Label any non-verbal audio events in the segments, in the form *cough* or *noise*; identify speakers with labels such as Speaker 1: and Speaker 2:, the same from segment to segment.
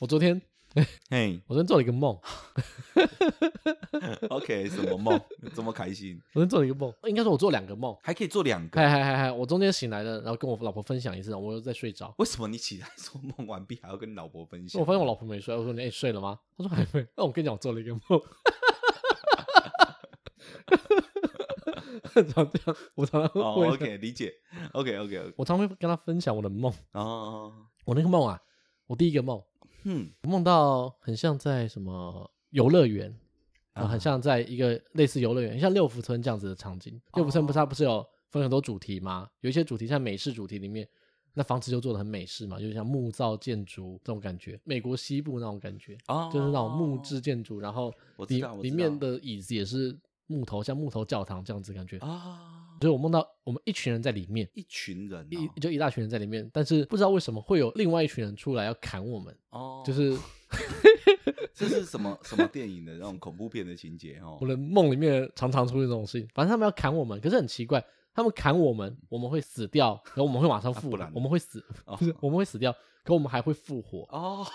Speaker 1: 我昨天
Speaker 2: 嘿
Speaker 1: 我昨天做了一个 *laughs* 梦，
Speaker 2: *laughs* ，OK，什么梦？ *laughs* 这么开心，
Speaker 1: 我昨天做了一个梦，应该说我做两个梦，
Speaker 2: 还可以做两个？
Speaker 1: 嗨嗨嗨嗨，我中间醒来了，然后跟我老婆分享一次，我又再睡着。
Speaker 2: 为什么你起来做梦完毕还要跟老婆分享？
Speaker 1: 我发现我老婆没睡，我说你、欸、睡了 *laughs* 吗？她说还没。那我跟你讲，我做了一个梦， *laughs* 很常这样，我常常会、
Speaker 2: 哦，OK，理解，OK OK OK，
Speaker 1: 我常会跟她分享我的梦。
Speaker 2: 哦，
Speaker 1: 我那个梦啊，我第一个梦，
Speaker 2: 嗯，
Speaker 1: 我梦到很像在什么游乐园，然后
Speaker 2: 啊
Speaker 1: 很像在一个类似游乐园，像六福村这样子的场景。
Speaker 2: 哦
Speaker 1: 六福村不是它不是有分很多主题吗？有一些主题像美式主题里面，那房子就做的很美式嘛，就是像木造建筑这种感觉，美国西部那种感觉，
Speaker 2: 哦，
Speaker 1: 就是那种木质建筑，然后
Speaker 2: 我知
Speaker 1: 里
Speaker 2: 道我知
Speaker 1: 里面
Speaker 2: 道
Speaker 1: 的椅子也是木头，像木头教堂这样子的感觉。
Speaker 2: 啊，
Speaker 1: 所以我梦到我们一群人在里面，
Speaker 2: 一群人哦
Speaker 1: 一就一大群人在里面，但是不知道为什么会有另外一群人出来要砍我们，
Speaker 2: 哦，
Speaker 1: 就是
Speaker 2: 这是什么 *laughs* 什么电影的那种恐怖片的情节哦
Speaker 1: 我？的梦里面常常出现这种事情。反正他们要砍我们，可是很奇怪，他们砍我们，我们会死掉，然后我们会马上复
Speaker 2: 啊不
Speaker 1: 活，
Speaker 2: 然呢
Speaker 1: 我们会死，
Speaker 2: 哦
Speaker 1: 不是我们会死掉，可我们还会复活。
Speaker 2: 哦，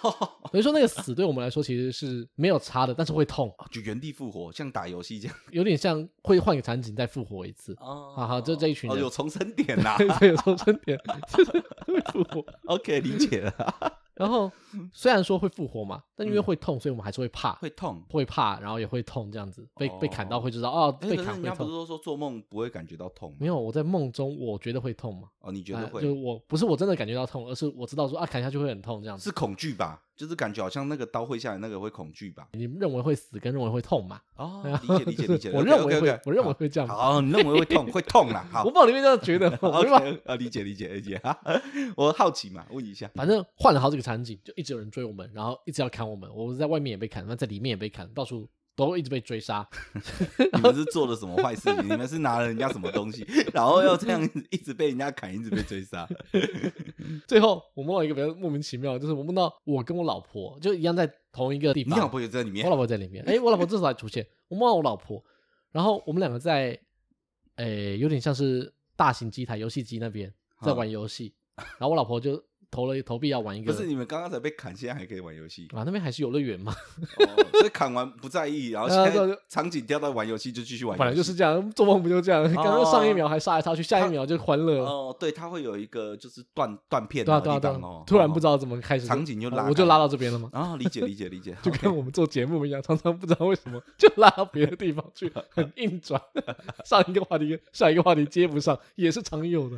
Speaker 1: 等于说那个死对我们来说其实是没有差的，但是会痛，
Speaker 2: 就原地复活，像打游
Speaker 1: *laughs*
Speaker 2: 戏这样。
Speaker 1: 有点像会换个场景再复活一次。
Speaker 2: 哦
Speaker 1: 好啊好就这一群
Speaker 2: 哦，
Speaker 1: 人。
Speaker 2: 有重生点啦
Speaker 1: *laughs* 对，有重生点，就是会复活。
Speaker 2: OK，理
Speaker 1: *laughs*
Speaker 2: 解了。
Speaker 1: 然后虽然说会复活嘛，但因为会痛，所以我们还是会怕，
Speaker 2: 嗯会痛。
Speaker 1: 会怕，然后也会痛，这样子被被砍到
Speaker 2: 哦
Speaker 1: 会知道哦，
Speaker 2: 哎
Speaker 1: 被
Speaker 2: 可是
Speaker 1: 砍
Speaker 2: 人
Speaker 1: 会
Speaker 2: 家不是
Speaker 1: 痛。
Speaker 2: 都说做梦不会感觉到痛吗？
Speaker 1: 没有，我在梦中我觉得会痛嘛，
Speaker 2: 哦，你觉得
Speaker 1: 哎
Speaker 2: 会
Speaker 1: 就是我不是我真的感觉到痛，而是我知道说啊砍下去会很痛这样子。
Speaker 2: 是恐惧吧？就是感觉好像那个刀会下来，那个会恐惧吧？
Speaker 1: 你认为会死跟认为会痛嘛？
Speaker 2: 哦
Speaker 1: 对啊，
Speaker 2: 理解理
Speaker 1: *laughs*
Speaker 2: 解
Speaker 1: 就
Speaker 2: 理
Speaker 1: 是
Speaker 2: 解。
Speaker 1: 我认为
Speaker 2: OK，OK，OK，
Speaker 1: 会，我认为
Speaker 2: 好
Speaker 1: 会这样子。
Speaker 2: 好，你认为会痛，会痛啦。
Speaker 1: *laughs*
Speaker 2: 好
Speaker 1: 我梦里面这样觉得嘛，我就把
Speaker 2: ，OK，啊，理解理解理解。 *laughs* 哈哈我好奇嘛，问一下。
Speaker 1: 反正换了好几个场景，就一直有人追我们，然后一直要砍我们。我们在外面也被砍，那在里面也被砍，到处都一直被追杀。 *laughs*
Speaker 2: 你们是做了什么坏事情？你们是拿了人家什么东西，然后要这样一直被人家砍，一直被追杀？
Speaker 1: 最后我梦到一个比较莫名其妙的，就是我梦到我跟我老婆就一样在同一个地
Speaker 2: 你
Speaker 1: 方，
Speaker 2: 老婆也在里面
Speaker 1: 我老婆在里面。哎、我老婆这时候还出现，我梦到我老婆，然后我们两个在，哎、有点像是大型机台游戏机那边在玩游
Speaker 2: *laughs*
Speaker 1: 戏，然后我老婆就投了投币要玩一个，，
Speaker 2: 不是你们刚刚才被砍，现在还可以玩游戏
Speaker 1: *laughs* 啊，那边还是游乐园嘛，
Speaker 2: 哦所以砍完不在意，然后现
Speaker 1: 啊对
Speaker 2: 在
Speaker 1: 对
Speaker 2: 场景跳到玩游戏就继续玩游戏。
Speaker 1: 本来就是这样，做梦不就这样？感觉上一秒还杀来杀去，下一秒就欢乐。
Speaker 2: 哦，对，它会有一个就是断断片
Speaker 1: 对啊
Speaker 2: 的
Speaker 1: 对啊
Speaker 2: 地
Speaker 1: 对
Speaker 2: 方
Speaker 1: 啊
Speaker 2: 哦，，
Speaker 1: 突然不知道怎么开始，
Speaker 2: 场景就拉
Speaker 1: 啊我就
Speaker 2: 开
Speaker 1: 拉到这边了嘛，
Speaker 2: 哦。哦，理解理解理解，
Speaker 1: *laughs* 就
Speaker 2: OK
Speaker 1: 跟我们做节目一样，常常不知道为什么就拉到别的地方去，很硬
Speaker 2: *laughs*
Speaker 1: 转，上一个话题跟下一个话题接不上，也是常有的，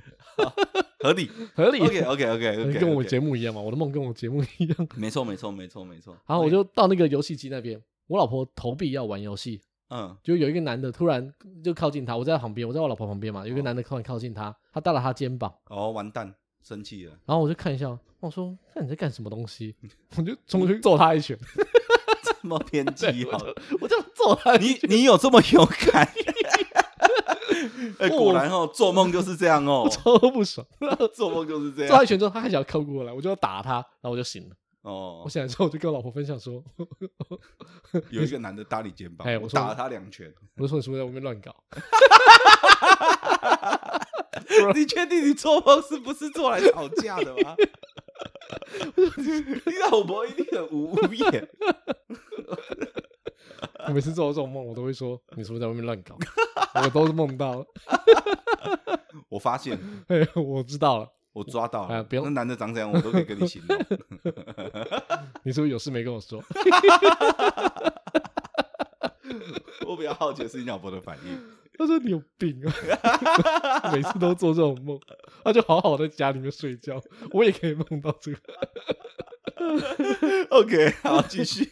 Speaker 2: 合理。
Speaker 1: *laughs* 合理。
Speaker 2: OK OK
Speaker 1: *laughs*
Speaker 2: OK OK，
Speaker 1: 跟我节目一样嘛，我的梦跟我节目一样。
Speaker 2: 没错没错没错没错。
Speaker 1: 然后我
Speaker 2: 对
Speaker 1: 就到那个游戏机那边，我老婆投币要玩游戏，
Speaker 2: 嗯
Speaker 1: 就有一个男的突然就靠近她，我在旁边，我在我老婆旁边嘛，有一个男的突然靠近她，他搭了她肩膀，
Speaker 2: 哦完蛋，生
Speaker 1: *laughs*
Speaker 2: 气了，
Speaker 1: 然后我就看一下，我说：“那你在干什么东西？” *laughs* 我就冲去揍他一拳，
Speaker 2: 这么偏激哦。
Speaker 1: 我就揍他一拳。
Speaker 2: 你你有这么勇
Speaker 1: *laughs*
Speaker 2: 敢？哎、
Speaker 1: 哦
Speaker 2: 果然哦，做梦就是这样哦
Speaker 1: 我，超不爽。
Speaker 2: 做梦就是这
Speaker 1: 揍他
Speaker 2: 样
Speaker 1: 一拳之后，他还想要靠过来，我就要打他，然后我就醒了。
Speaker 2: 哦
Speaker 1: 我。醒来之后，我就跟我老婆分享说：“ *laughs*
Speaker 2: 有一个男的搭你肩膀
Speaker 1: 哎，我
Speaker 2: 我
Speaker 1: 说
Speaker 2: 打了他两拳。
Speaker 1: 我就说你是不是在外面乱搞
Speaker 2: 你确定你做梦是不是做来吵架的吗？ *laughs* 你老婆一定很无无言。？”
Speaker 1: 我每次做这种梦，我都会说：“你是不是在外面乱 *laughs* 搞？”我都是梦到了，
Speaker 2: 我发现
Speaker 1: 哎，我知道了，
Speaker 2: 我抓到了，
Speaker 1: 哎不用
Speaker 2: 那男的长怎样我都可以跟你形容。
Speaker 1: 你是不是有事没跟我说？ *laughs*
Speaker 2: 我比较好奇的是你老婆的反应。
Speaker 1: 他说：“你有病啊！” *laughs* 每次都做这种梦，他就好好在家里面睡觉，我也可以梦到这个。
Speaker 2: OK，好，继续。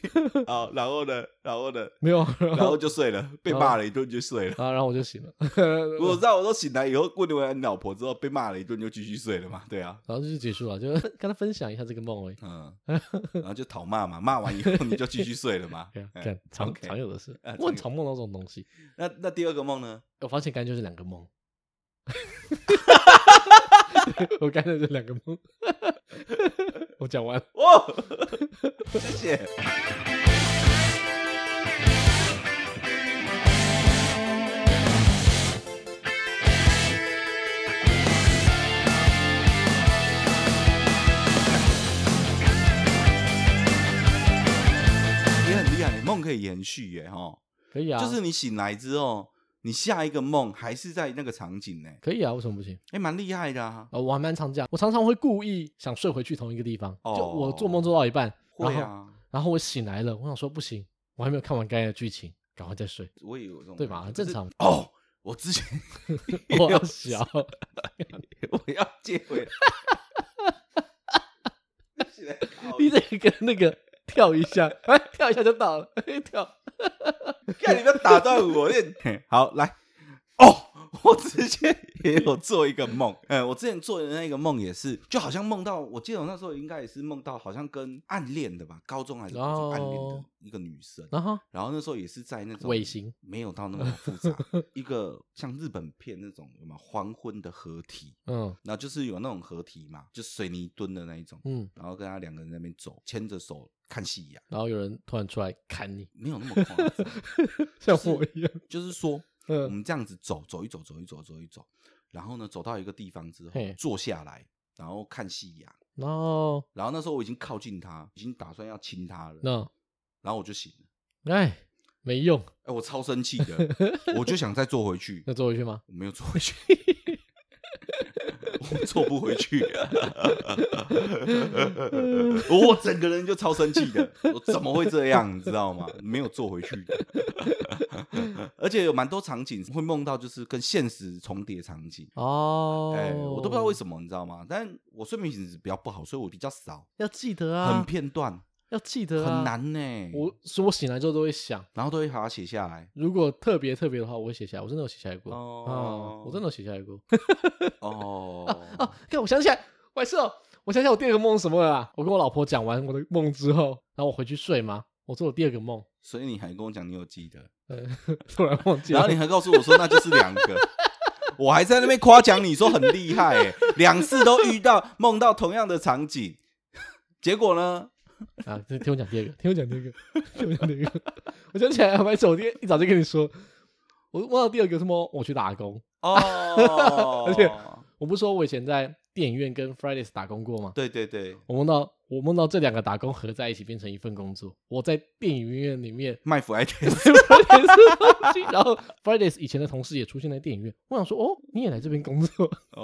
Speaker 2: 好，然后呢？然后呢？
Speaker 1: 没有啊，然
Speaker 2: 然
Speaker 1: 后
Speaker 2: 后就睡了，被骂了一顿就睡了。
Speaker 1: 啊，然后我就醒了，
Speaker 2: 我知道，我都醒来以后问完你老婆之后被骂了一顿，就继续睡了嘛。对啊，
Speaker 1: 然后就结束了，就跟他分享一下这个梦而已。
Speaker 2: 嗯，然后就讨骂嘛，骂完以后你就继续睡了嘛
Speaker 1: 对啊。
Speaker 2: 嗯
Speaker 1: 干常
Speaker 2: OK
Speaker 1: 常有的事
Speaker 2: 啊，
Speaker 1: 我很
Speaker 2: 常
Speaker 1: 常梦到这种东西。
Speaker 2: 那那第二个梦呢？
Speaker 1: 我发现干脆就是两个 *laughs* 梦，我干脆就两个 *laughs* 梦。我讲完了，
Speaker 2: 哦，谢谢。梦可以延续耶，哈，
Speaker 1: 可以啊，
Speaker 2: 就是你醒来之后，你下一个梦还是在那个场景呢，
Speaker 1: 可以啊，为什么不行？
Speaker 2: 哎，蛮厉害的啊。
Speaker 1: 呃，我还蛮常这样，我常常会故意想睡回去同一个地方，
Speaker 2: 哦
Speaker 1: 就我做梦做到一半，
Speaker 2: 会
Speaker 1: 然后
Speaker 2: 啊，
Speaker 1: 然后我醒来了，我想说不行，我还没有看完刚才的剧情，赶快再睡，
Speaker 2: 我也有这种
Speaker 1: 对吧？
Speaker 2: 感
Speaker 1: 很
Speaker 2: 觉
Speaker 1: 正
Speaker 2: 就是 *laughs*
Speaker 1: 常。
Speaker 2: 哦。我
Speaker 1: *laughs*
Speaker 2: 之前
Speaker 1: 我要
Speaker 2: 有 *laughs*
Speaker 1: 笑，
Speaker 2: 我要借回来。 *laughs* 起来靠
Speaker 1: 你得跟那个跳一下，哎，跳一下就到了，哎跳。
Speaker 2: 看你不要打断我，
Speaker 1: *laughs*
Speaker 2: 你好来哦。我之前也有做一个梦，呃，我之前做的那个梦也是，就好像梦到，我记得我那时候应该也是梦到，好像跟暗恋的吧，高中还是高中暗恋的
Speaker 1: 哦
Speaker 2: 一个女生，
Speaker 1: 然后
Speaker 2: *laughs* 然后那时候也是在那种
Speaker 1: 尾行，
Speaker 2: 没有到那么复
Speaker 1: *laughs*
Speaker 2: 杂，一个像日本片那种什么黄昏的合体，
Speaker 1: 嗯
Speaker 2: 然后就是有那种合体嘛，就水泥墩的那一种，
Speaker 1: 嗯，
Speaker 2: 然后跟他两个人在那边走，牵着手看夕阳，
Speaker 1: 然后有人突然出来砍
Speaker 2: *laughs*
Speaker 1: 你，
Speaker 2: 没有那么夸张，
Speaker 1: 像我一样，
Speaker 2: 就是说我
Speaker 1: *laughs* 嗯
Speaker 2: 们这样子走走一走，走一走，走一走，然后呢，走到一个地方之后
Speaker 1: 嘿
Speaker 2: 坐下来，然后看夕阳。
Speaker 1: 然后
Speaker 2: 然后那时候我已经靠近他，已经打算要亲他了，
Speaker 1: 那
Speaker 2: 然后我就醒了，
Speaker 1: 哎没用，
Speaker 2: 哎，我超生气
Speaker 1: *laughs*
Speaker 2: 的，我就想再坐回去，
Speaker 1: 那坐回去吗？
Speaker 2: 我没有坐回去，我坐不回去， *laughs* 我整个人就超生气的，我怎么会这样，你知道吗？没有坐回去， *laughs* 而且有蛮多场景会梦到，就是跟现实重叠场景。
Speaker 1: 哦，
Speaker 2: 哎、我都不知道为
Speaker 1: 么
Speaker 2: 什么，你知道吗？但我睡眠品质比较不好，所以我比较少，
Speaker 1: 要记得啊，
Speaker 2: 很片段，
Speaker 1: 要记得啊，
Speaker 2: 很难呢、
Speaker 1: 我所以我醒来之后都会想，。
Speaker 2: 然后都会把它写下来
Speaker 1: 如果特别特别的话，我会写下来。我真的有写下来过，
Speaker 2: 哦
Speaker 1: 啊，我真的有写下来过。
Speaker 2: 哦，
Speaker 1: 哦，看我想起来，我是哦，我想起来我第二个梦是什么了啦。我跟我老婆讲完我的梦之后，然后我回去睡嘛，我做了第二个梦， *laughs*
Speaker 2: 所以你还跟我讲你有记得，
Speaker 1: 呃，突然忘记了。
Speaker 2: *laughs* 然后你还告诉我说那就是两个，我还在那边夸奖你说很厉害、欸，两次都遇到梦到同样的场景，结果呢？
Speaker 1: 啊，听听我讲第二个，听我讲第二个， *laughs* 听我讲第二个。我想起来了，白痴，我第一早就跟你说，我梦到第二个是梦我去打工。，
Speaker 2: 哦 *laughs*
Speaker 1: 而且我不是说我以前在电影院跟 Fridays 打工过吗？
Speaker 2: 对对对，
Speaker 1: 我梦到我梦到这两个打工合在一起变成一份工作。我在电影院里面 *laughs*
Speaker 2: 卖腐爱天使
Speaker 1: Fridays 然后 Fridays 以前的同事也出现在电影院，我想说，哦，你也来这边工作，
Speaker 2: 哦，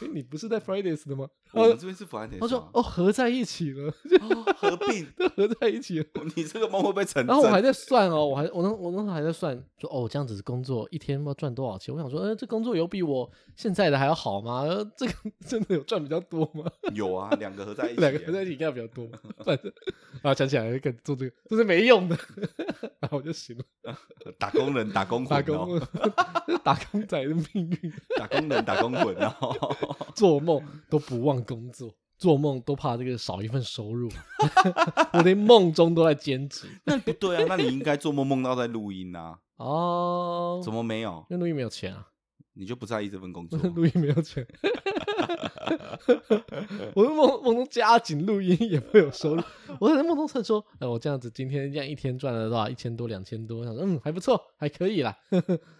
Speaker 1: 诶你不是在 Fridays 的吗？呃
Speaker 2: 我们这边是腐爱天使
Speaker 1: 他
Speaker 2: 啊，
Speaker 1: 说，哦，合在一起了， *laughs*
Speaker 2: 哦合并，
Speaker 1: 就合在一起了。
Speaker 2: *laughs* 你这个梦会不会成真？
Speaker 1: 然后我还在算哦，我还我那我那时候还在算，说哦这样子工作一天要赚多少钱？我想说，呃，这工作有比我现在的还要好吗？呃这个真的有赚比较多吗？
Speaker 2: 有啊，两个合在一起啊，
Speaker 1: 两个合在一起应该比较多吧，反正然后想起来跟做这个这是没用的， *laughs* 然后我就行了，
Speaker 2: 打工人打工
Speaker 1: 打
Speaker 2: 魂哦、
Speaker 1: 工 *laughs* 打工仔的命运。
Speaker 2: 打工人打工魂哦、
Speaker 1: 做梦都不忘工作，做梦都怕这个少一份收入。 *laughs* 我连梦中都在兼职
Speaker 2: 那 *laughs* 不对啊，那你应该做梦梦到在录音啊，
Speaker 1: 哦。
Speaker 2: 怎么没有？
Speaker 1: 因为录音没有钱啊，
Speaker 2: 你就不在意这份
Speaker 1: *laughs*
Speaker 2: 工作？
Speaker 1: 录音没有钱。我在梦梦中加紧录音也不会有
Speaker 2: *laughs*
Speaker 1: 收入。我在梦中曾说，哎、我这样子今天这样一天赚了多少？一千多、两千多，我想说嗯还不错，还可以啦。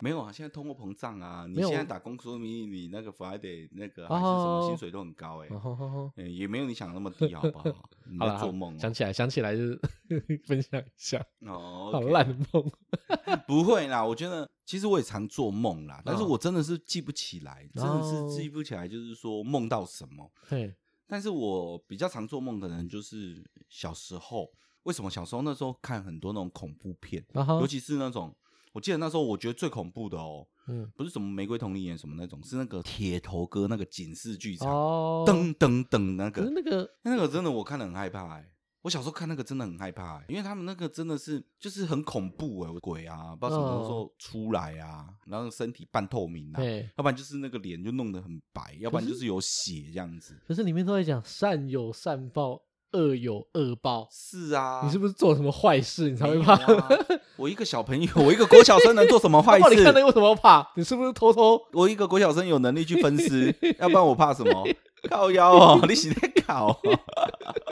Speaker 2: 没有啊，现在通货膨胀啊，你
Speaker 1: 没有
Speaker 2: 现在打工说明你那个 Friday 那个还
Speaker 1: 哦
Speaker 2: 是什么薪水都很高哎、
Speaker 1: 然后哦好好
Speaker 2: 嗯也没有你想那么低，好
Speaker 1: *laughs*
Speaker 2: 不好？你
Speaker 1: 好
Speaker 2: 在
Speaker 1: 啦
Speaker 2: 做梦啊
Speaker 1: 想起来想起来就是 *laughs* 分享一下，
Speaker 2: 哦，
Speaker 1: 好
Speaker 2: OK
Speaker 1: 烂的梦。
Speaker 2: *laughs* 不会啦，我觉得其实我也常做梦啦，但是我真的是记不起来，真的
Speaker 1: 哦
Speaker 2: 是记不起来，就是说梦到什么。
Speaker 1: 嘿，
Speaker 2: 但是我比较常做梦，可能就是小时候。为什么小时候那时候看很多那种恐怖片，
Speaker 1: 然后
Speaker 2: 尤其是那种，我记得那时候我觉得最恐怖的哦，
Speaker 1: 嗯
Speaker 2: 不是什么玫瑰同林演什么那种，是那个铁头哥那个警示剧场，
Speaker 1: 哦，
Speaker 2: 噔噔噔那
Speaker 1: 可是
Speaker 2: 个，
Speaker 1: 那个
Speaker 2: 那个真的我看了很害怕哎、我小时候看那个真的很害怕、欸，因为他们那个真的是就是很恐怖哎、鬼啊，不知道什么时候出来啊，然后身体半透明啊，
Speaker 1: 嗯对，
Speaker 2: 要不然就是那个脸就弄得很白，要不然就是有血这样子。
Speaker 1: 可是里面都在讲善有善报，恶有恶报。
Speaker 2: 是啊，
Speaker 1: 你是不是做了什么坏事，你才会
Speaker 2: 没有
Speaker 1: 怕？
Speaker 2: 啊我一个小朋友，我一个国小生能做什么坏
Speaker 1: *laughs* 那你看那
Speaker 2: 事？
Speaker 1: 个为什么要怕？你是不是偷偷？
Speaker 2: 我一个国小生有能力去分尸，要不然我怕什么？靠腰哦，你是在搞、哦，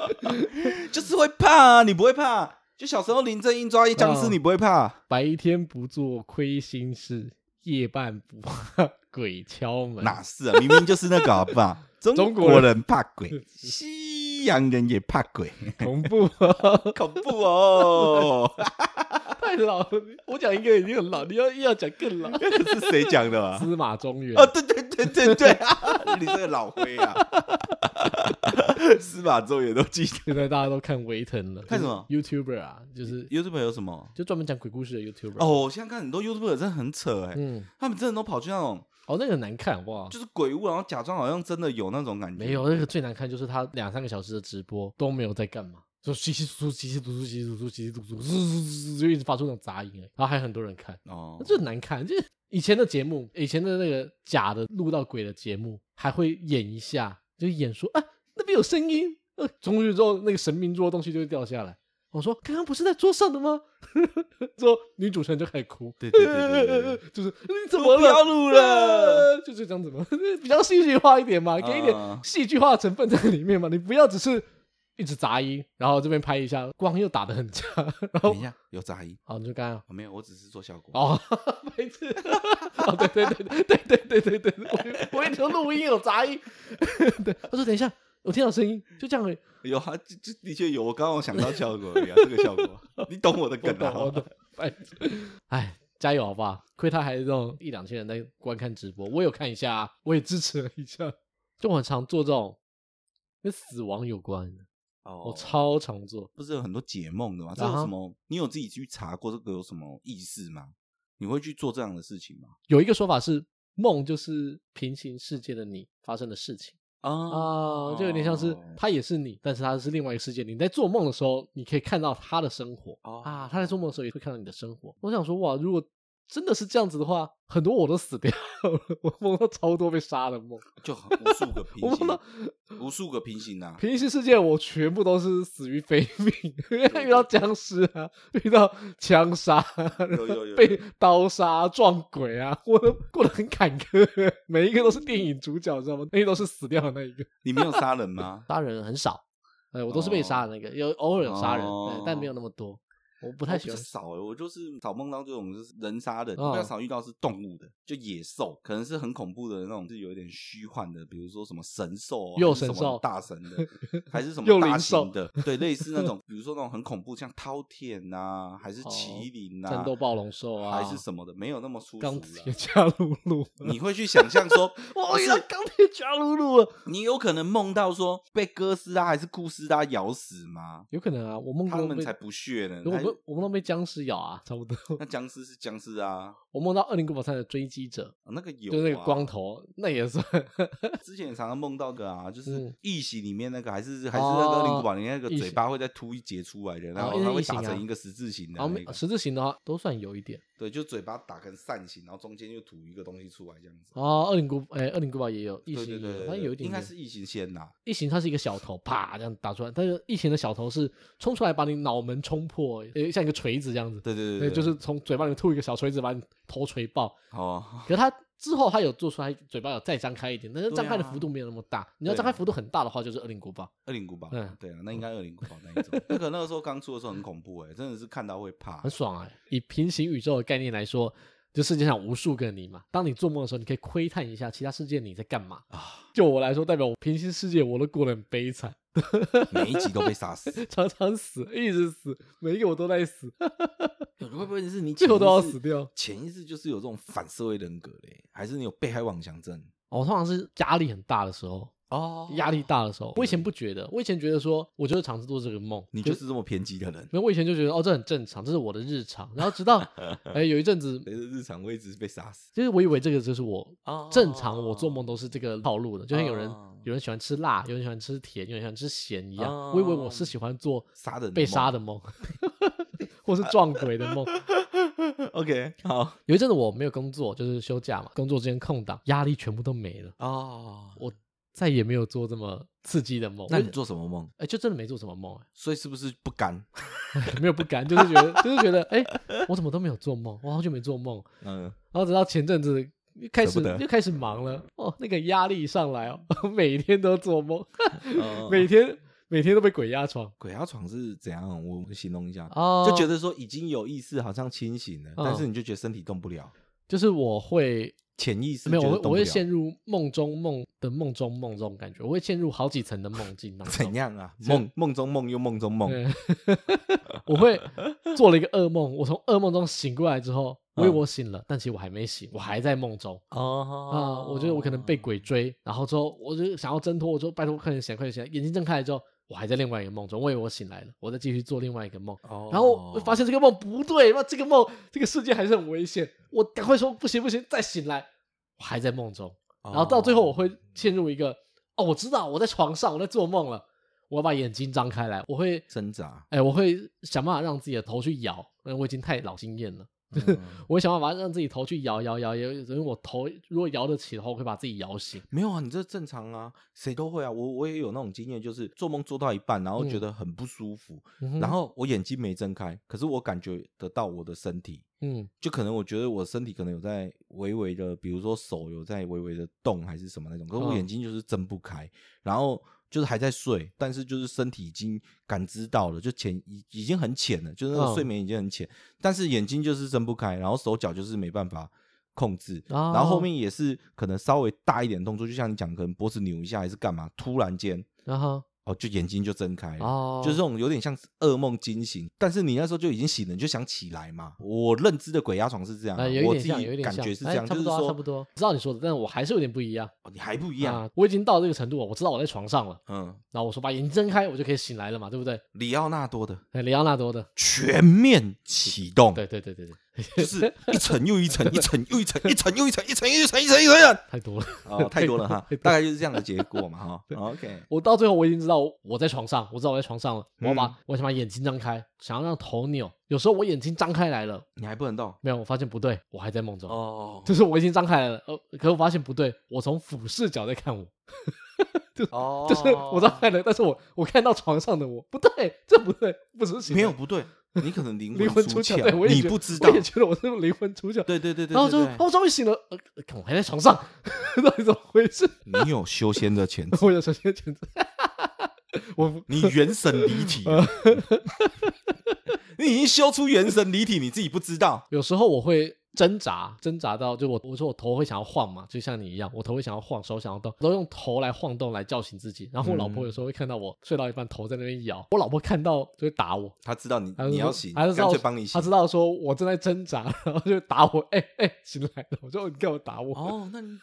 Speaker 2: *laughs* 就是会怕啊，你不会怕？就小时候林正英抓一僵尸，
Speaker 1: 哦
Speaker 2: 你不会怕？
Speaker 1: 白天不做亏心事，夜半不怕鬼敲门。
Speaker 2: 哪是啊？明明就是那个好不好？中
Speaker 1: 中国
Speaker 2: 国
Speaker 1: 人
Speaker 2: 人怕鬼，西洋人也怕鬼，
Speaker 1: 恐怖、
Speaker 2: 恐怖哦！
Speaker 1: 太老了。我讲一个已经很老，你要硬要讲更老。
Speaker 2: 是谁讲的啊？
Speaker 1: 司马中原
Speaker 2: 啊，对对对对对 *laughs* 啊！你这个老灰啊， *laughs* 司马周也都记得。
Speaker 1: 现在大家都看维腾了，
Speaker 2: 看什么
Speaker 1: 就是？YouTuber 啊，就是。
Speaker 2: YouTube 有什么？
Speaker 1: 就专门讲鬼故事的 YouTuber
Speaker 2: 哦，，我现在看很多 YouTube 真的很扯哎、
Speaker 1: 嗯，
Speaker 2: 他们真的都跑去那种
Speaker 1: 哦，那个很难看，哇，
Speaker 2: 就是鬼屋，然后假装好像真的有那种感觉。
Speaker 1: 没有，那个最难看就是他两三个小时的直播都没有在干嘛，就稀稀疏疏、稀稀疏疏、稀稀疏疏、稀稀疏疏，嗖就一直发出那种杂音，然后还很多人看，
Speaker 2: 哦，
Speaker 1: 这很难看。就是以前的节目，以前的那个假的录到鬼的节目，还会演一下，就演说啊那边有声音，呃，冲过去之后那个神明桌的东西就会掉下来。我说刚刚不是在桌上的吗？ *laughs* 之后女主持人就开始哭，
Speaker 2: 对对对对对
Speaker 1: *laughs* 就是你怎么了？呃
Speaker 2: 不要录了，
Speaker 1: 就是这样子嘛， *laughs* 比较戏剧化一点嘛，给一点
Speaker 2: 啊
Speaker 1: 戏剧化的成分在里面嘛，你不要只是一直杂音，然后这边拍一下，光又打得很差， *laughs* 然后
Speaker 2: 等一下有杂音
Speaker 1: 好你就干啊。
Speaker 2: 哦，没有，我只是做效果。
Speaker 1: 哦， *laughs* 白痴！哦，对对对对对对对对对，我我一直说录音有杂音。 *laughs* 对，他说等一下，我听到声音，就这样而已。
Speaker 2: 有啊，这这的确有，我刚刚有想到效果而已啊，这个
Speaker 1: *laughs*
Speaker 2: 效果，你懂我的
Speaker 1: 我
Speaker 2: 梗
Speaker 1: 懂，我
Speaker 2: 啊？
Speaker 1: 懂。白痴！ *laughs* 哎，加油好不好？亏他还是那种一两千人在观看直播，我有看一下、啊，我也支持了一下。就我很常做这种跟死亡有关的，
Speaker 2: 哦
Speaker 1: 我超常做。
Speaker 2: 不是有很多解梦的吗？这
Speaker 1: 啊
Speaker 2: 有
Speaker 1: 哈
Speaker 2: 什么？你有自己去查过这个有什么意思吗？你会去做这样的事情吗？
Speaker 1: 有一个说法是，梦就是平行世界的你发生的事情。
Speaker 2: 啊，
Speaker 1: 啊，就有点像是
Speaker 2: 哦
Speaker 1: 他也是你，但是他是另外一个世界。你在做梦的时候，你可以看到他的生活
Speaker 2: 哦
Speaker 1: 啊，他在做梦的时候也会看到你的生活。我想说，哇，如果真的是这样子的话，很多我都死掉了，我梦到超多被杀的梦，
Speaker 2: 就很无数个
Speaker 1: *laughs* 我
Speaker 2: 平
Speaker 1: 梦到
Speaker 2: 行，无数个平行啊，
Speaker 1: 平行世界我全部都是死于非命， *laughs* 因为遇到僵尸啊，遇到枪杀啊，然后
Speaker 2: 有有有
Speaker 1: *laughs* 被刀杀、撞鬼啊，我都过得很坎坷，每一个都是电影主角，知道吗？那些都是死掉的那一个。？
Speaker 2: 你没有杀人吗
Speaker 1: 杀人很少，呃，我都是被杀的那个，有偶尔有杀人、
Speaker 2: 哦
Speaker 1: 对，但没有那么多。我不
Speaker 2: 不
Speaker 1: 太喜欢，
Speaker 2: 少欸我就是少梦到这种就是人杀人，
Speaker 1: 哦
Speaker 2: 比较少遇到是动物的，就野兽，可能是很恐怖的那种，是有一点虚幻的，比如说什么神兽、啊，
Speaker 1: 又
Speaker 2: 还是
Speaker 1: 神
Speaker 2: 什么
Speaker 1: 兽
Speaker 2: 大神的，
Speaker 1: *laughs*
Speaker 2: 还是什
Speaker 1: 又
Speaker 2: 么大
Speaker 1: 灵兽
Speaker 2: 型的，对，类似那
Speaker 1: *laughs*
Speaker 2: 种，比如说那种很恐怖，像饕餮啊，还是麒麟啊，
Speaker 1: 哦战斗暴龙兽啊，
Speaker 2: 还是什么的，没有那么粗俗
Speaker 1: 钢
Speaker 2: 啦
Speaker 1: 铁加鲁鲁，，
Speaker 2: 你会去想象说
Speaker 1: 我遇到钢铁加鲁鲁啊了，
Speaker 2: 你有可能梦到说被哥斯拉还是库斯拉咬死吗？
Speaker 1: 有可能啊，我梦
Speaker 2: 他
Speaker 1: 过
Speaker 2: 们
Speaker 1: 被
Speaker 2: 才，不屑呢。
Speaker 1: 我
Speaker 2: 还
Speaker 1: 梦我梦到被僵尸咬啊，差不多。
Speaker 2: 那僵尸是僵尸啊，
Speaker 1: 我梦到恶灵古堡山的追击者，
Speaker 2: 啊那个有、啊，
Speaker 1: 就是那个光。头，那也算 *laughs*
Speaker 2: 之前也常常梦到个啊，就是
Speaker 1: 嗯
Speaker 2: 《异形》里面那个，还是还是那个《灵古堡》里面那个
Speaker 1: 异
Speaker 2: 嘴
Speaker 1: 形
Speaker 2: 巴会再凸一截出来的，然
Speaker 1: 哦
Speaker 2: 后
Speaker 1: 因为
Speaker 2: 它会
Speaker 1: 异形
Speaker 2: 打
Speaker 1: 啊
Speaker 2: 成一个十字形的
Speaker 1: 然后
Speaker 2: 那
Speaker 1: 没
Speaker 2: 个，
Speaker 1: 十字形的话都算有一点。
Speaker 2: 对，就嘴巴打成扇形，然后中间又吐一个东西出来这样子。
Speaker 1: 哦，恶灵古哎，恶灵古堡也有异
Speaker 2: 对
Speaker 1: 形
Speaker 2: 对
Speaker 1: 也有，
Speaker 2: 对对，
Speaker 1: 它
Speaker 2: 对
Speaker 1: 有一点
Speaker 2: 应该
Speaker 1: 点
Speaker 2: 是异形先呐，
Speaker 1: 异形它是一个小头，啪这样打出来，但是异形的小头是冲出来把你脑门冲破，呃，像一个锤子这样子，
Speaker 2: 对对
Speaker 1: 对，
Speaker 2: 对，
Speaker 1: 就是从嘴巴里面吐一个小锤子把你头锤爆。
Speaker 2: *laughs* 哦，
Speaker 1: 可是它之后它有做出来，嘴巴有再张开一点，但是
Speaker 2: 对啊
Speaker 1: 张开的幅度没有那么大。你要
Speaker 2: 啊
Speaker 1: 张开幅度很大的话，就是恶灵古堡。
Speaker 2: 恶灵古堡，
Speaker 1: 嗯
Speaker 2: 对啊，那应该恶灵古堡那
Speaker 1: *laughs*
Speaker 2: 一种。那可那个时候刚出的时候很恐怖哎、真的是看到会怕
Speaker 1: 很。爽哎、以平行宇宙的概念来说，就世界上有无数个你嘛。当你做梦的时候，你可以窥探一下其他世界你在干嘛
Speaker 2: 啊。
Speaker 1: 就我来说，代表我平行世界我都过得很悲惨， *laughs*
Speaker 2: 每一集都被杀死，
Speaker 1: 常常死，一直死，每一个我都在死，
Speaker 2: 会不会是你
Speaker 1: 最后都要死？掉。
Speaker 2: 潜意识就是有这种反社会人格嘞、还是你有被害妄想症？
Speaker 1: 我、哦通常是压力很大的时候，
Speaker 2: 哦
Speaker 1: 压力，大的时候，我以前不觉得，我以前觉得说，我就是尝试做这个梦，
Speaker 2: 你就是这么偏激的 *laughs* 人。
Speaker 1: 因为我以前就觉得哦，这很正常，这是我的日常。然后直
Speaker 2: *laughs*
Speaker 1: 到哎有一阵子，
Speaker 2: 谁的日常会一直被杀死？
Speaker 1: 就是我以为这个就是我
Speaker 2: 哦
Speaker 1: 正常，我做梦都是这个套路的，就像有人
Speaker 2: 哦
Speaker 1: 有人喜欢吃辣，有人喜欢吃甜，有人喜欢吃咸一样。
Speaker 2: 哦
Speaker 1: 我以为我是喜欢做
Speaker 2: 杀人的
Speaker 1: 被杀
Speaker 2: 梦
Speaker 1: 的梦，或是撞鬼的梦。
Speaker 2: *laughs* OK，好
Speaker 1: 有一阵子我没有工作，就是休假嘛，工作之间空档，压力全部都没了，
Speaker 2: 哦。
Speaker 1: 我再也没有做这么刺激的梦。
Speaker 2: 那你
Speaker 1: 我就
Speaker 2: 做什么梦？
Speaker 1: 哎，就真的没做什么梦、哎
Speaker 2: 所以是不是不甘？
Speaker 1: 没有不甘，就是觉得就是觉得，哎、我怎么都没有做梦，我好久没做梦。
Speaker 2: *laughs* 嗯，
Speaker 1: 然后直到前阵子又开始
Speaker 2: 舍不得
Speaker 1: 又开始忙了，哦，那个压力上来哦， *laughs* 每天都做梦，
Speaker 2: 嗯
Speaker 1: 每天每天都被鬼压床
Speaker 2: 鬼压床是怎样？我我形容一下，
Speaker 1: 哦，嗯
Speaker 2: 就觉
Speaker 1: 得
Speaker 2: 得说已经有意识，好像清醒了，但是你就觉得身体动不了。
Speaker 1: 就是我会
Speaker 2: 潜意识
Speaker 1: 没有，
Speaker 2: 觉
Speaker 1: 我
Speaker 2: 得
Speaker 1: 会
Speaker 2: 动
Speaker 1: 我会
Speaker 2: 不了
Speaker 1: 陷入梦中梦的梦中梦这种感觉，我会陷入好几层的梦境当中。
Speaker 2: 怎？样啊？梦梦中梦又梦中梦，
Speaker 1: 对， *laughs* 我会做了一个噩梦，我从噩梦中醒过来之后，我以为
Speaker 2: 嗯
Speaker 1: 我醒了，但其实我还没醒，我还在梦中。
Speaker 2: 哦
Speaker 1: 啊、我觉得我可能被鬼追，然后之后我就想要挣脱，我就拜托快点醒来，快点醒来。眼睛睁开来之后，我还在另外一个梦中，我以为我醒来了，我再继续做另外一个梦，
Speaker 2: 哦
Speaker 1: 然后我发现这个梦不对，那这个梦这个世界还是很危险，我赶快说不行不行，再醒来，我还在梦中，
Speaker 2: 哦
Speaker 1: 然后到最后我会陷入一个哦，我知道我在床上我在做梦了，我要把眼睛张开来，我会 *laughs*
Speaker 2: 挣扎，
Speaker 1: 哎，我会想办法让自己的头去摇，因为我已经太老经验了。
Speaker 2: 嗯
Speaker 1: 我会想办法让自己头去摇摇摇摇，因为我头如果摇得起的话，我会把自己摇醒。
Speaker 2: 没有啊，你这正常啊，谁都会啊。我我也有那种经验，就是做梦做到一半，然后觉
Speaker 1: 嗯
Speaker 2: 得很不舒服，
Speaker 1: 嗯
Speaker 2: 然，后我眼睛没睁开，可是我感觉得到我的身体，
Speaker 1: 嗯
Speaker 2: 就可能我觉得我身体可能有在微微的，比如说手有在微微的动还是什么那种，可是我
Speaker 1: 嗯
Speaker 2: 眼睛就是睁不开，然后就是还在睡，但是就是身体已经感知到了，就浅已已经很浅了，就是
Speaker 1: 嗯
Speaker 2: 那个睡眠已经很浅，但是眼睛就是睁不开，然后手脚就是没办法。控制，
Speaker 1: 哦
Speaker 2: 然后后面也是可能稍微大一点动作，就像你讲，可能脖子扭一下还是干嘛，突然间
Speaker 1: 然后
Speaker 2: 哦，就眼睛就睁开了，
Speaker 1: 哦，
Speaker 2: 就是这种有点像是噩梦惊醒，但是你那时候就已经醒了，你就想起来嘛。我认知的鬼压床是这样啊、
Speaker 1: 啊，有一
Speaker 2: 我
Speaker 1: 点
Speaker 2: 自
Speaker 1: 像，有一
Speaker 2: 己
Speaker 1: 点
Speaker 2: 感
Speaker 1: 像
Speaker 2: 觉是
Speaker 1: 哎
Speaker 2: 这样，
Speaker 1: 差
Speaker 2: 就
Speaker 1: 不
Speaker 2: 是
Speaker 1: 多啊、
Speaker 2: 说
Speaker 1: 差不多。知道你说的，但是我还是有点不一样
Speaker 2: 哦你还不一样，
Speaker 1: 啊。我已经到这个程度了，我知道我在床上了。
Speaker 2: 嗯，
Speaker 1: 然后我说把眼睛睁开，我就可以醒来了嘛，对不对？
Speaker 2: 里奥纳多的
Speaker 1: 哎，里奥纳多的，
Speaker 2: 全面启动，
Speaker 1: 对对对对对，
Speaker 2: 就是一层又一层，一层又一层，一层又一层，一层又一层，一层又一层，
Speaker 1: 太多了。 *laughs*
Speaker 2: 哦，太多了哈，大概就是这样的结果嘛哈。OK，
Speaker 1: 我到最后我已经知道我在床上，我知道我在床上了。我要把、
Speaker 2: 嗯
Speaker 1: 我想把眼睛张开，想要让头扭。有时候我眼睛张开来了，
Speaker 2: 你还不能动
Speaker 1: 没有，我发现不对，我还在梦中。
Speaker 2: 哦
Speaker 1: 就是我已经张开来了，呃，可我发现不对，我从俯视角在看我，
Speaker 2: 哦
Speaker 1: 就是我张开了，但是我我看到床上的我，不对，这不对，不是行的，
Speaker 2: 没有不对，你可能灵
Speaker 1: 灵魂
Speaker 2: 出
Speaker 1: 出
Speaker 2: 窍
Speaker 1: 对，我，也
Speaker 2: 你
Speaker 1: 觉
Speaker 2: 不
Speaker 1: 得
Speaker 2: 知道
Speaker 1: 我，也觉得我是灵魂出窍，
Speaker 2: 对对对对对，
Speaker 1: 然后就
Speaker 2: 对
Speaker 1: 哦，我终于醒了，呃，呃看我还在床上， *laughs* 到底怎么回事？ *laughs*
Speaker 2: 你有修仙的潜质， *laughs*
Speaker 1: 我有首先选择， *laughs* 我不
Speaker 2: 你元神离体了，
Speaker 1: *laughs*
Speaker 2: 你已经修出元神离体，你自己不知道。
Speaker 1: 有时候我会挣扎，挣扎到就我我说我头会想要晃嘛，就像你一样，我头会想要晃，手想要动，都用头来晃动来叫醒自己。然后我老婆
Speaker 2: 嗯
Speaker 1: 有时候会看到我睡到一半头在那边摇，我老婆看到就会打我。
Speaker 2: 他知道你
Speaker 1: 她就
Speaker 2: 你要
Speaker 1: 说
Speaker 2: 醒，
Speaker 1: 她就
Speaker 2: 干
Speaker 1: 知道
Speaker 2: 脆帮你醒。
Speaker 1: 她知道说我正在挣扎，然后就打我，哎、哎、醒来了，我说你干嘛打我？
Speaker 2: 哦，那你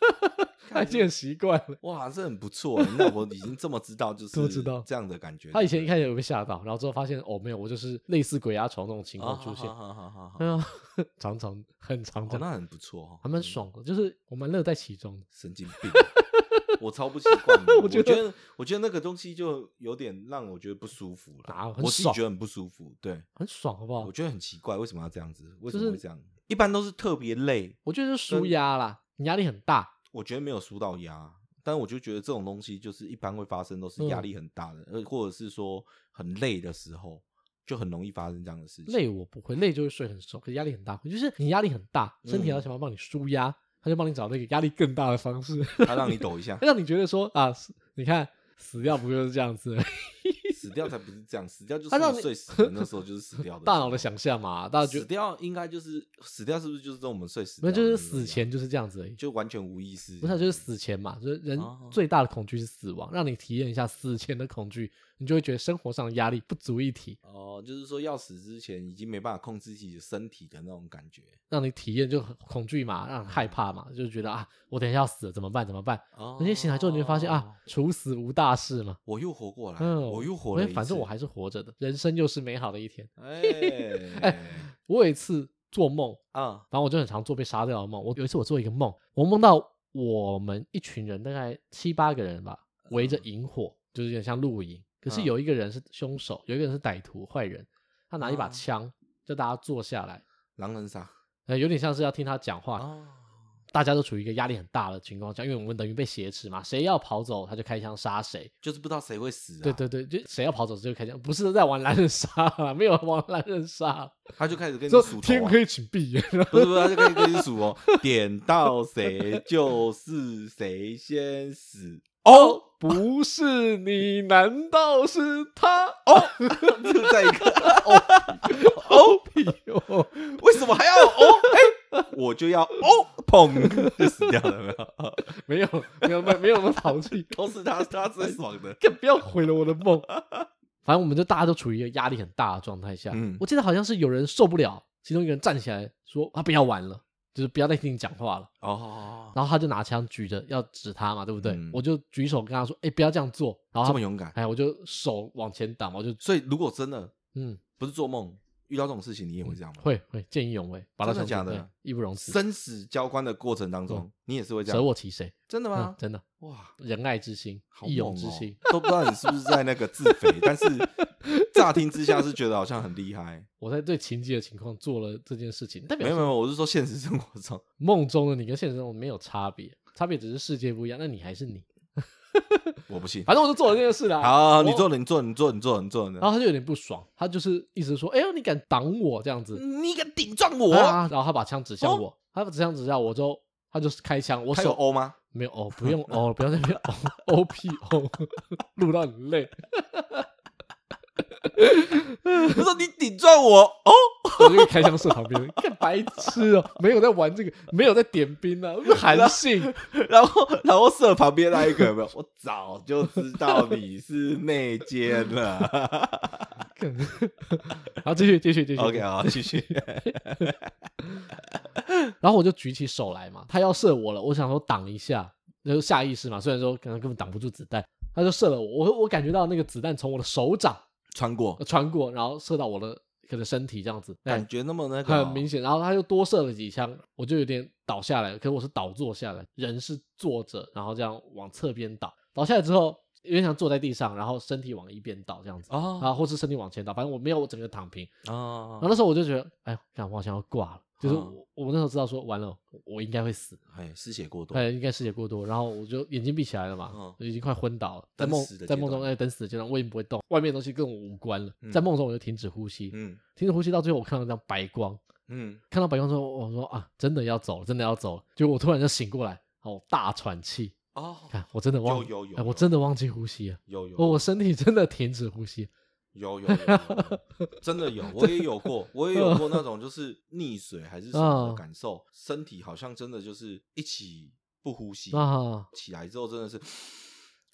Speaker 1: 她已经很习惯了。
Speaker 2: 哇，这很不错，你老婆已经这么知道，就是
Speaker 1: 都知道
Speaker 2: 这样的感觉。
Speaker 1: 她以前一
Speaker 2: 始
Speaker 1: 开始有被吓到，然后之后发现哦没有，我就是类似鬼压床那种情况出现
Speaker 2: 哦好，好好好好
Speaker 1: 嗯、啊， *laughs* 常常很常
Speaker 2: 哦
Speaker 1: 常，
Speaker 2: 那很不错哦，
Speaker 1: 还蛮爽的，就是我蛮乐在其中的。
Speaker 2: 神经病。 *laughs* 我超不习惯的，
Speaker 1: 我
Speaker 2: 我
Speaker 1: 觉
Speaker 2: 觉
Speaker 1: 得
Speaker 2: 得，我觉得那个东西就有点让我觉得不舒服
Speaker 1: 哪
Speaker 2: 了
Speaker 1: 啊有。很
Speaker 2: 我自己
Speaker 1: 爽
Speaker 2: 觉得很不舒服，对，
Speaker 1: 很爽，好不好
Speaker 2: 我？觉得很奇怪，为什么要这样子？为什
Speaker 1: 就是
Speaker 2: 么会这样？一般都是特别累，
Speaker 1: 我觉得是
Speaker 2: 嗯
Speaker 1: 舒压啦，你压力很大，
Speaker 2: 我觉得没有输到压，但我就觉得这种东西就是一般会发生，都是
Speaker 1: 嗯
Speaker 2: 压力很大的，呃、或者是说很累的时候，就很容易发生这样的事情。
Speaker 1: 累我不会，累就会睡很熟，可是压力很大，就是你压力很大，身体要
Speaker 2: 嗯
Speaker 1: 想办法帮你舒压，他就帮你找那个压力更大的方式，，
Speaker 2: 他让你抖一下
Speaker 1: *laughs* 让你觉得说啊，死你看死掉不就是这样子， *laughs*
Speaker 2: 死掉才不是这样，死掉就
Speaker 1: 他让
Speaker 2: 是
Speaker 1: 你
Speaker 2: 你睡死的那时候就是死掉的时
Speaker 1: *laughs*
Speaker 2: 候
Speaker 1: 大脑的想象嘛，大家觉
Speaker 2: 死
Speaker 1: 得
Speaker 2: 掉应该就是死掉，是不是就是我们睡死
Speaker 1: 啊没
Speaker 2: 掉
Speaker 1: 有
Speaker 2: 的
Speaker 1: 就
Speaker 2: 那种
Speaker 1: 是
Speaker 2: 样？
Speaker 1: 死前就是这样子而已。
Speaker 2: 就完全无意识，
Speaker 1: 不是，就是死前嘛，就是人
Speaker 2: 哦
Speaker 1: 最大的恐惧是死亡，让你体验一下死前的恐惧，你就会觉得生活上的压力不足一提，
Speaker 2: 哦，就是说要死之前已经没办法控制自己的身体的那种感觉。
Speaker 1: 让你体验就很恐惧嘛，让你
Speaker 2: 嗯
Speaker 1: 害怕嘛，就觉得啊，我等一下要死了，怎么办？怎么办？
Speaker 2: 哦，
Speaker 1: 而且醒来之后，你会发现啊，，处死无大事嘛。
Speaker 2: 我又活过来，
Speaker 1: 嗯，
Speaker 2: 哦哎我又活了
Speaker 1: 因
Speaker 2: 一
Speaker 1: 为
Speaker 2: 次，
Speaker 1: 反正我还是活着的，人生又是美好的一天。 *laughs*
Speaker 2: 哎
Speaker 1: 我有一次做梦，
Speaker 2: 啊。
Speaker 1: 反正我就很常做被杀掉的梦。我有一次我做一个梦，我梦到我们一群人，大概七八个人吧，围着萤火，就是有点像露营。可是
Speaker 2: 嗯
Speaker 1: 有一个人是凶手，有一个人是歹徒、坏人，他拿一把
Speaker 2: 啊
Speaker 1: 枪，叫大家坐下来，
Speaker 2: 狼
Speaker 1: *laughs*
Speaker 2: 人杀
Speaker 1: 呃，有点像是要听他讲话，
Speaker 2: 哦，
Speaker 1: 大家都处于一个压力很大的情况下，因为我们等于被挟持嘛，谁要跑走他就开枪杀谁，
Speaker 2: 就是不知道谁会死、啊，
Speaker 1: 对，对对，就谁要跑走就开枪，不是在玩狼人杀啦，没有玩狼人杀，啊
Speaker 2: 他就开始跟你
Speaker 1: 说
Speaker 2: 数
Speaker 1: 天
Speaker 2: 头、啊
Speaker 1: 可，以请闭眼， *laughs*
Speaker 2: 不是不是，他就开始跟你数哦，点到谁就是谁先死哦， *laughs*
Speaker 1: 不是你，难道是
Speaker 2: *laughs*
Speaker 1: 他？
Speaker 2: 哦就在一个
Speaker 1: 哦屁哦，
Speaker 2: *laughs* 为什么还要哦？哎、我我就要哦，砰就死掉了，有没有？ *laughs*
Speaker 1: 没有没有没有没有那么淘气，
Speaker 2: 都是他，他最爽的。
Speaker 1: 更不要毁了我的
Speaker 2: *laughs*
Speaker 1: 梦。反正我们就大家都处于一个压力很大的状态下。
Speaker 2: 嗯
Speaker 1: 我记得好像是有人受不了，其中一个人站起来说：“啊他不要玩了，就是不要再听你讲话了。
Speaker 2: 哦”，
Speaker 1: 然后他就拿枪举着要指他嘛，对不对？
Speaker 2: 嗯
Speaker 1: 我就举手跟他说：“哎、不要这样做。”然后
Speaker 2: 这
Speaker 1: 他
Speaker 2: 么勇敢。
Speaker 1: 哎，我就手往前挡嘛，我就
Speaker 2: 所以如果真的
Speaker 1: 嗯，
Speaker 2: 不是做梦，遇到这种事情，你也会这样吗？，
Speaker 1: 会会见义勇为，把他
Speaker 2: 真的
Speaker 1: 想
Speaker 2: 假的
Speaker 1: 对义不容辞，
Speaker 2: 生死交关的过程当中，你也是会这
Speaker 1: 舍嗯
Speaker 2: 样。
Speaker 1: 我其谁？
Speaker 2: 真的
Speaker 1: 嗯
Speaker 2: 吗，？
Speaker 1: 真的，
Speaker 2: 哇，
Speaker 1: 仁爱之心，
Speaker 2: 好
Speaker 1: 义勇
Speaker 2: 猛
Speaker 1: 之
Speaker 2: 哦
Speaker 1: 心。，
Speaker 2: *laughs* 都不知道你是不是在那个自
Speaker 1: *laughs*
Speaker 2: 肥，但是乍听之下是觉得好像很厉
Speaker 1: *laughs*
Speaker 2: 害。
Speaker 1: 我在最情急的情况做了这件事情，代表
Speaker 2: 没有
Speaker 1: 是
Speaker 2: 没有，我是说现实生活
Speaker 1: *laughs*
Speaker 2: 中，
Speaker 1: 梦中的你跟现实中没有差别，差别只是世界不一样，那你还是你。
Speaker 2: 我不信。
Speaker 1: 反正我就做了这件事啦。
Speaker 2: 好，
Speaker 1: 我
Speaker 2: 你做了，你做了，你做了，你做了，你做
Speaker 1: 然
Speaker 2: 了。
Speaker 1: 后他就有点不爽，他就是意思说：“哎呦，你敢挡我这样子
Speaker 2: 你敢顶撞？”嗯我？哦
Speaker 1: 啊、然后他把枪指向我，他把枪指向我之后，他就是开枪，我
Speaker 2: 他有
Speaker 1: 手
Speaker 2: O 吗？
Speaker 1: 没有哦，不用哦，不要在那边哦 *laughs* ，O P O，录到很累。
Speaker 2: 他说你顶撞我哦，
Speaker 1: 我就开枪射旁边，看白痴哦，没有在玩这个，没有在点兵啊，韩信。
Speaker 2: 然后然后射旁边那一个有没有？我早就知道你是内奸
Speaker 1: *laughs*
Speaker 2: 了。
Speaker 1: 干好，继续继续继续。
Speaker 2: OK，好，继续。
Speaker 1: 然后我就举起手来嘛，他要射我了，我想说挡一下，就是下意识嘛，虽然说可能根本挡不住子弹，他就射了我，我我感觉到那个子弹从我的手掌
Speaker 2: 穿
Speaker 1: *laughs*
Speaker 2: 过
Speaker 1: 呃，穿过，然后射到我的可能身体这样子，
Speaker 2: 感
Speaker 1: 哎，
Speaker 2: 觉那么那个哦
Speaker 1: 很明显，然后他又多射了几枪，我就有点倒下来了，可是我是倒坐下来，人是坐着，然后这样往侧边倒，倒下来之后有点像坐在地上，然后身体往一边倒这样子。
Speaker 2: 哦
Speaker 1: 啊，或是身体往前倒，反正我没有，我整个躺平。然后
Speaker 2: 哦，
Speaker 1: 那时候我就觉得，哎，看我好像要挂了，就是
Speaker 2: 嗯
Speaker 1: 我我那时候知道说完了，我我应该会死，
Speaker 2: 哎，失血过多，
Speaker 1: 哎，应该失血过多，然后我就眼睛闭起来了嘛
Speaker 2: 嗯，
Speaker 1: 就已经快昏倒了，在
Speaker 2: 等
Speaker 1: 梦
Speaker 2: 死的
Speaker 1: 在
Speaker 2: 阶
Speaker 1: 梦中
Speaker 2: 段
Speaker 1: 哎等死的阶段，我已经不会动，外面的东西跟我无关了，
Speaker 2: 嗯
Speaker 1: 在梦中我就停止呼吸，
Speaker 2: 嗯
Speaker 1: 停止呼吸到最后我看到一张白光，
Speaker 2: 嗯，
Speaker 1: 看到白光之后我说啊真的要走了，真的要走了，结果我突然就醒过来，哦大喘气，
Speaker 2: 哦，
Speaker 1: 看我真的忘
Speaker 2: 有有有
Speaker 1: 哎我
Speaker 2: 有
Speaker 1: 真的忘记呼吸了，
Speaker 2: 有有
Speaker 1: 哦我身体真的停止呼吸，
Speaker 2: 有有有有，有真的
Speaker 1: *laughs*
Speaker 2: 有，我也有过，我也有过那种就是溺水还是什
Speaker 1: 嗯
Speaker 2: 么的感受，身体好像真的就是一起不呼吸，
Speaker 1: 啊
Speaker 2: 起来之后真的是。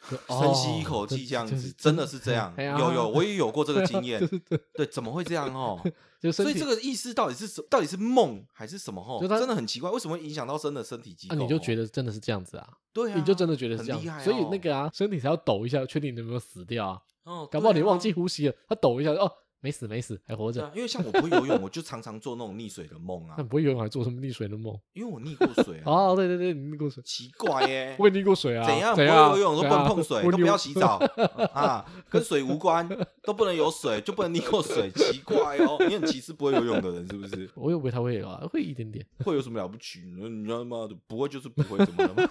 Speaker 1: 就
Speaker 2: 深吸一
Speaker 1: 哦
Speaker 2: 口
Speaker 1: 这
Speaker 2: 气，这样
Speaker 1: 就是
Speaker 2: 子真的是这样，
Speaker 1: 哎呀
Speaker 2: 有有，我也有过这个
Speaker 1: *laughs*
Speaker 2: 经验
Speaker 1: 就，是对
Speaker 2: 对，怎么会这样哦？
Speaker 1: 就 *laughs* 身
Speaker 2: 所
Speaker 1: 体
Speaker 2: 以这个意思到底是什到底是梦还是什么哦？
Speaker 1: 就它
Speaker 2: 真的很奇怪，为什么会影响到真的身体机
Speaker 1: 啊
Speaker 2: 构？
Speaker 1: 你就觉
Speaker 2: 得
Speaker 1: 得真的是这样子啊。
Speaker 2: 对啊，
Speaker 1: 你就真的觉得是
Speaker 2: 很
Speaker 1: 这样
Speaker 2: 厉害哦，
Speaker 1: 所以那个啊，身体才要抖一下，确定你有没有死掉啊？
Speaker 2: 哦，
Speaker 1: 搞不好你
Speaker 2: 对啊
Speaker 1: 忘记呼吸了，他抖一下，哦，没死没死，还活
Speaker 2: 对
Speaker 1: 着
Speaker 2: 啊。，因为像我不会游泳，我就常常做那种溺水的梦啊
Speaker 1: *laughs* 那，不会游泳还做什么溺水的梦？
Speaker 2: 因为我溺过水
Speaker 1: *laughs*
Speaker 2: 啊，
Speaker 1: 哦，对对对，你溺过水，
Speaker 2: 奇怪
Speaker 1: *laughs*
Speaker 2: 耶，
Speaker 1: 我也溺过水啊。
Speaker 2: 怎样不
Speaker 1: 怎
Speaker 2: 会
Speaker 1: 样？
Speaker 2: 游泳都不
Speaker 1: 对啊
Speaker 2: 能碰水，
Speaker 1: 我
Speaker 2: 都
Speaker 1: 溺
Speaker 2: 不要洗澡
Speaker 1: *laughs*
Speaker 2: 啊，跟水无关，都不能有水，就不能溺过水，奇怪哦，你很歧视不会游泳的人是不是？
Speaker 1: 我又不太会游啊，会一点点。
Speaker 2: 会有什么了不起？你说你他妈的不会就是不会，怎么了吗？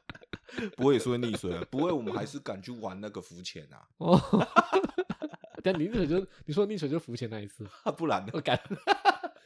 Speaker 2: *laughs* 不会也是会溺水啊，不会我们还是敢去玩那个浮潜啊， *laughs*
Speaker 1: 哦，但你溺水就你说溺水就浮潜那一次，
Speaker 2: 啊不然呢？
Speaker 1: 我敢。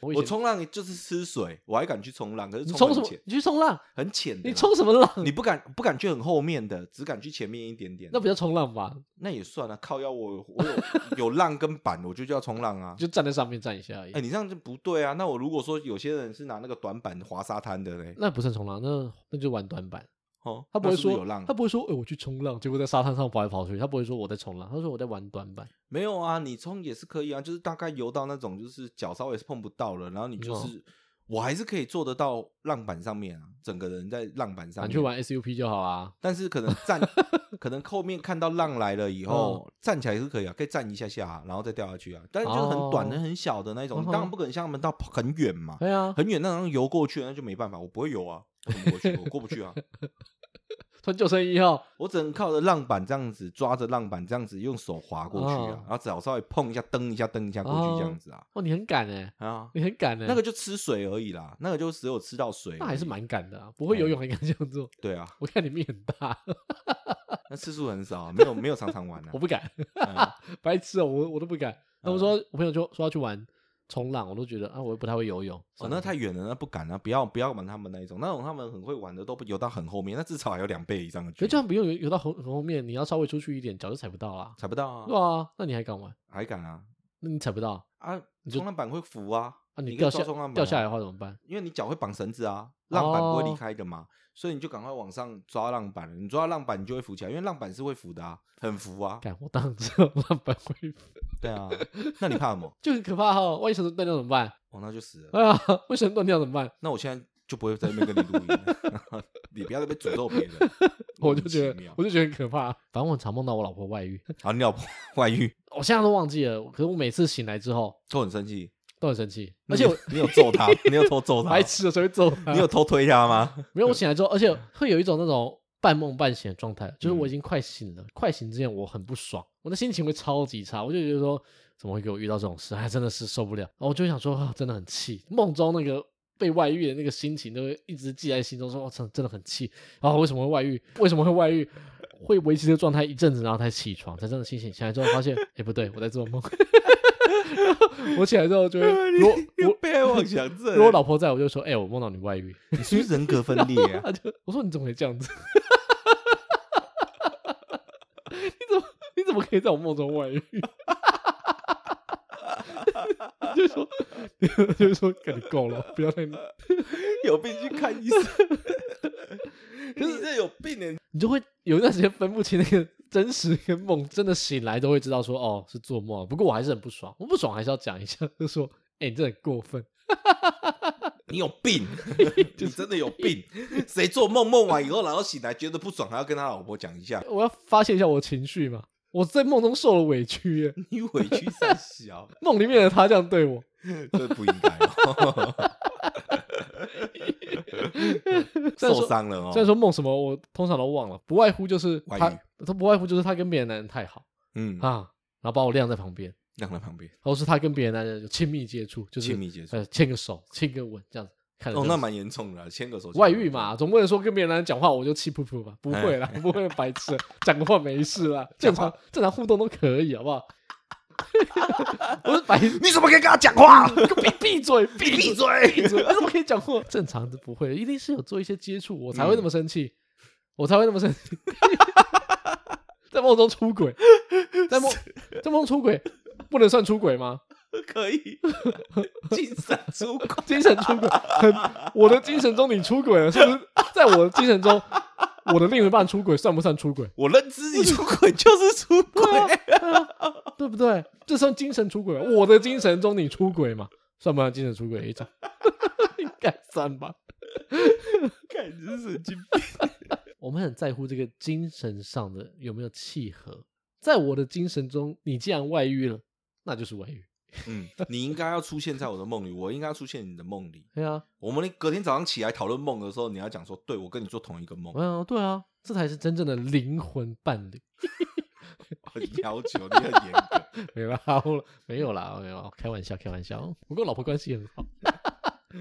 Speaker 1: 我以
Speaker 2: 我
Speaker 1: 前
Speaker 2: 冲浪就是吃水，我还敢去冲浪，可是
Speaker 1: 你
Speaker 2: 冲
Speaker 1: 冲什
Speaker 2: 很
Speaker 1: 么
Speaker 2: 浅，？
Speaker 1: 你去冲浪？
Speaker 2: 很浅的
Speaker 1: 你
Speaker 2: 啦。
Speaker 1: 冲什么浪？
Speaker 2: 啊你不敢不敢去很后面的，只敢去前面一点点。
Speaker 1: 那不叫冲浪吧？
Speaker 2: 那也算了、靠腰我我有有浪跟板，我就叫冲浪啊。
Speaker 1: 就站在上面站一下而已
Speaker 2: 哎、。你这样就不对啊！那我如果说有些人是拿那个短板滑沙滩的嘞，
Speaker 1: 那不算冲浪，那那就玩短板。
Speaker 2: 哦，
Speaker 1: 他不
Speaker 2: 那
Speaker 1: 会
Speaker 2: 是
Speaker 1: 说
Speaker 2: 是有浪
Speaker 1: 他，不会说，哎、我去冲浪，结果在沙滩上跑来跑去。他不会说我在冲浪，他说我在玩短板。
Speaker 2: 没有啊，你冲也是可以啊，就是大概游到那种就是脚稍微是碰不到了，然后你
Speaker 1: 嗯
Speaker 2: 就是、我还是可以做得到浪板上面啊，整个人在浪板
Speaker 1: 啊你
Speaker 2: 上
Speaker 1: 去
Speaker 2: 面。
Speaker 1: 玩 SUP 就好
Speaker 2: *laughs*
Speaker 1: 啊。
Speaker 2: 但是可能
Speaker 1: *laughs*
Speaker 2: 站，可能后面看到浪来了以后，
Speaker 1: 嗯
Speaker 2: 站起来是可以啊，可以站一下下啊、然后再掉下去啊。但是就是很短的、
Speaker 1: 哦
Speaker 2: 很小的那种，
Speaker 1: 嗯
Speaker 2: 你
Speaker 1: 哼
Speaker 2: 当然不可能像他们到很远嘛。
Speaker 1: 对啊，
Speaker 2: 很远那种游过去，那就没办法，我不会游啊，我怎么过去？我过不
Speaker 1: *laughs*
Speaker 2: 去啊，
Speaker 1: 穿救生衣哦。
Speaker 2: 我只能靠着浪板这样子，抓着浪板这样子用手划过去啊
Speaker 1: 哦，
Speaker 2: 然后脚稍微碰一下，蹬一下，蹬一下过去这样子啊，
Speaker 1: 哦，你很敢哎、
Speaker 2: 啊，
Speaker 1: 你很敢哎、
Speaker 2: 那个就吃水而已啦，那个就只有吃到水而已，
Speaker 1: 那还是蛮敢的、啊，不
Speaker 2: 哎
Speaker 1: 会游泳还敢这样做。
Speaker 2: 对啊，
Speaker 1: 我看你命很大，
Speaker 2: 那次数
Speaker 1: *laughs*
Speaker 2: 很少，没有没有常常玩啊
Speaker 1: 我，不敢，
Speaker 2: 嗯
Speaker 1: 白痴哦、我我都不敢。他们说，我朋友就说要去玩冲浪，我都觉得啊，我又不太会游泳。
Speaker 2: 哦，那太远了，那不敢啊，不要不要玩他们那一种，那种他们很会玩的都不游到很后面，那至少还有两倍以上的
Speaker 1: 可
Speaker 2: 距
Speaker 1: 是这
Speaker 2: 离，
Speaker 1: 样不用游游到很很后面，你要稍微出去一点，脚就踩不到啦。
Speaker 2: 踩不到啊
Speaker 1: 对，啊，那你还敢玩？
Speaker 2: 还敢啊
Speaker 1: 那你踩不到，
Speaker 2: 啊，
Speaker 1: 就
Speaker 2: 冲浪板会浮啊，
Speaker 1: 啊，
Speaker 2: 你可以
Speaker 1: 掉
Speaker 2: 抓
Speaker 1: 下
Speaker 2: 冲浪板
Speaker 1: 掉
Speaker 2: 啊
Speaker 1: 下来的话怎么办？
Speaker 2: 因为你脚会绑绳子啊，浪板不会
Speaker 1: 哦
Speaker 2: 离开的嘛，所以你就赶快往上抓浪板了。你抓到浪板，你就会浮起来，因为浪板是会浮的啊，很浮啊。
Speaker 1: 干，我当然知道浪板会 *laughs* 浮，
Speaker 2: 对啊，那你怕什么？
Speaker 1: 就很可怕哦。万一神断掉怎么办？ *laughs*
Speaker 2: 哦，那就死了。
Speaker 1: 哎呀，万一神断掉怎么办？
Speaker 2: 那我现在就不会在那边跟你录音了， *laughs* 你不要在那边诅咒别人。
Speaker 1: *laughs* 我就觉得
Speaker 2: 莫名其妙，
Speaker 1: 我就觉得很可怕。反正我很常梦到我老婆外遇， *laughs*
Speaker 2: 好，你老婆外遇，
Speaker 1: 我现在都忘记了。可是我每次醒来之后
Speaker 2: 就很生气，
Speaker 1: 都很生气，
Speaker 2: 那
Speaker 1: 而且
Speaker 2: 你
Speaker 1: 我
Speaker 2: 有你有揍他，你有
Speaker 1: *laughs*
Speaker 2: 偷揍他
Speaker 1: 白，痴的啊谁会揍她
Speaker 2: *laughs* 你有偷推他吗？
Speaker 1: *laughs* 没有，我醒来之后，而且会有一种那种半梦半醒的状态，就是我已经快醒了，快醒之前我很不爽，我的心情会超级差，我就觉得说怎么会给我遇到这种事，还真的是受不了。然后我就想说，啊真的很气，梦中那个。被外遇的那个心情都会一直记在心中，说：“我、操，真的很气。”然后为什么会外遇？为什么会外遇？会维持这个状态一阵子，然后才起床，才真的清醒。起来之后发现，哎，不对，我在做梦。 *laughs* 然后我起来之后就
Speaker 2: *laughs*
Speaker 1: 会，如果
Speaker 2: 我被害妄想症，欸
Speaker 1: 我如果老婆在，我就说：“哎，我梦到你外遇。”
Speaker 2: 你是不是人格分裂
Speaker 1: *laughs*
Speaker 2: 啊？
Speaker 1: 他就我说你怎么可以这样子？你怎么你怎么可以在我梦中外遇？ *laughs* 就说就说跟你够了，不要再
Speaker 2: 有病去看
Speaker 1: *laughs*
Speaker 2: 医生，你这有病欸呢、
Speaker 1: 你就会有一段时间分不清那个真实跟梦，真的醒来都会知道说哦是做梦啊。不过我还是很不爽，我不爽还是要讲一下，就说哎、你真的很过分，
Speaker 2: 你有病，你真的有病。谁做梦梦完以后，然后醒来觉得不爽，还要跟他老婆讲一下，
Speaker 1: 我要发泄一下我的情绪嘛。我在梦中受了委屈耶，
Speaker 2: 你委屈三小，
Speaker 1: 梦里面的他这样对我，
Speaker 2: 这不应该、哦，
Speaker 1: *laughs*
Speaker 2: *laughs*
Speaker 1: 虽然说
Speaker 2: 受伤了哦。
Speaker 1: 虽然说梦什么，我通常都忘了，不外乎就是
Speaker 2: 外
Speaker 1: 他
Speaker 2: 遇，
Speaker 1: 他不外乎就是他跟别的男人太好
Speaker 2: 嗯，
Speaker 1: 啊，然后把我晾在旁边，
Speaker 2: 晾在旁边，
Speaker 1: 然后是他跟别的男人有亲密接触，就是
Speaker 2: 亲密接触
Speaker 1: 呃，牵个手，亲个吻这样子，看着
Speaker 2: 哦，
Speaker 1: 就
Speaker 2: 那
Speaker 1: 是
Speaker 2: 蛮严重的啊，牵个手。
Speaker 1: 外遇嘛，总不能说跟别的男人讲话我就气噗
Speaker 2: *laughs*
Speaker 1: 噗吧？不会啦，不会白痴，讲个话没事啦，正
Speaker 2: 讲话
Speaker 1: 常正常互动都可以，好不好？ *laughs* 我是白痴，
Speaker 2: 你怎么可以跟他讲话？
Speaker 1: 闭闭嘴，闭
Speaker 2: 闭
Speaker 1: 嘴。 *laughs*
Speaker 2: 嘴！
Speaker 1: 你怎么可以讲过？正常的不会，一定是有做一些接触，我才会那么生气，我才会那么生气， *laughs* 在梦中出轨，在梦在梦中出轨，不能算出轨吗？
Speaker 2: 可以， *laughs* 精神出轨，
Speaker 1: 精神出轨，很我的精神中你出轨了，是不是？在我的精神中，我的另一半出轨算不算出轨？
Speaker 2: 我认知你出轨就是出轨。
Speaker 1: 啊对不对？这算精神出轨吗？我的精神中你出轨嘛，算不算精神出轨的一种？ *laughs* 应该算吧。
Speaker 2: 看你是神经病。
Speaker 1: 我们很在乎这个精神上的有没有契合。在我的精神中，你既然外遇了，那就是外遇。
Speaker 2: *laughs* 嗯，你应该要出现在我的梦里，我应该要出现你的梦里。
Speaker 1: 对啊，
Speaker 2: 我们隔天早上起来讨论梦的时候，你要讲说，对我跟你做同一个梦，
Speaker 1: 嗯，对啊，这才是真正的灵魂伴侣。
Speaker 2: 很要求你很严格。
Speaker 1: 没啦，我没有啦，没有，开玩笑，开玩笑。我跟我老婆关系很好，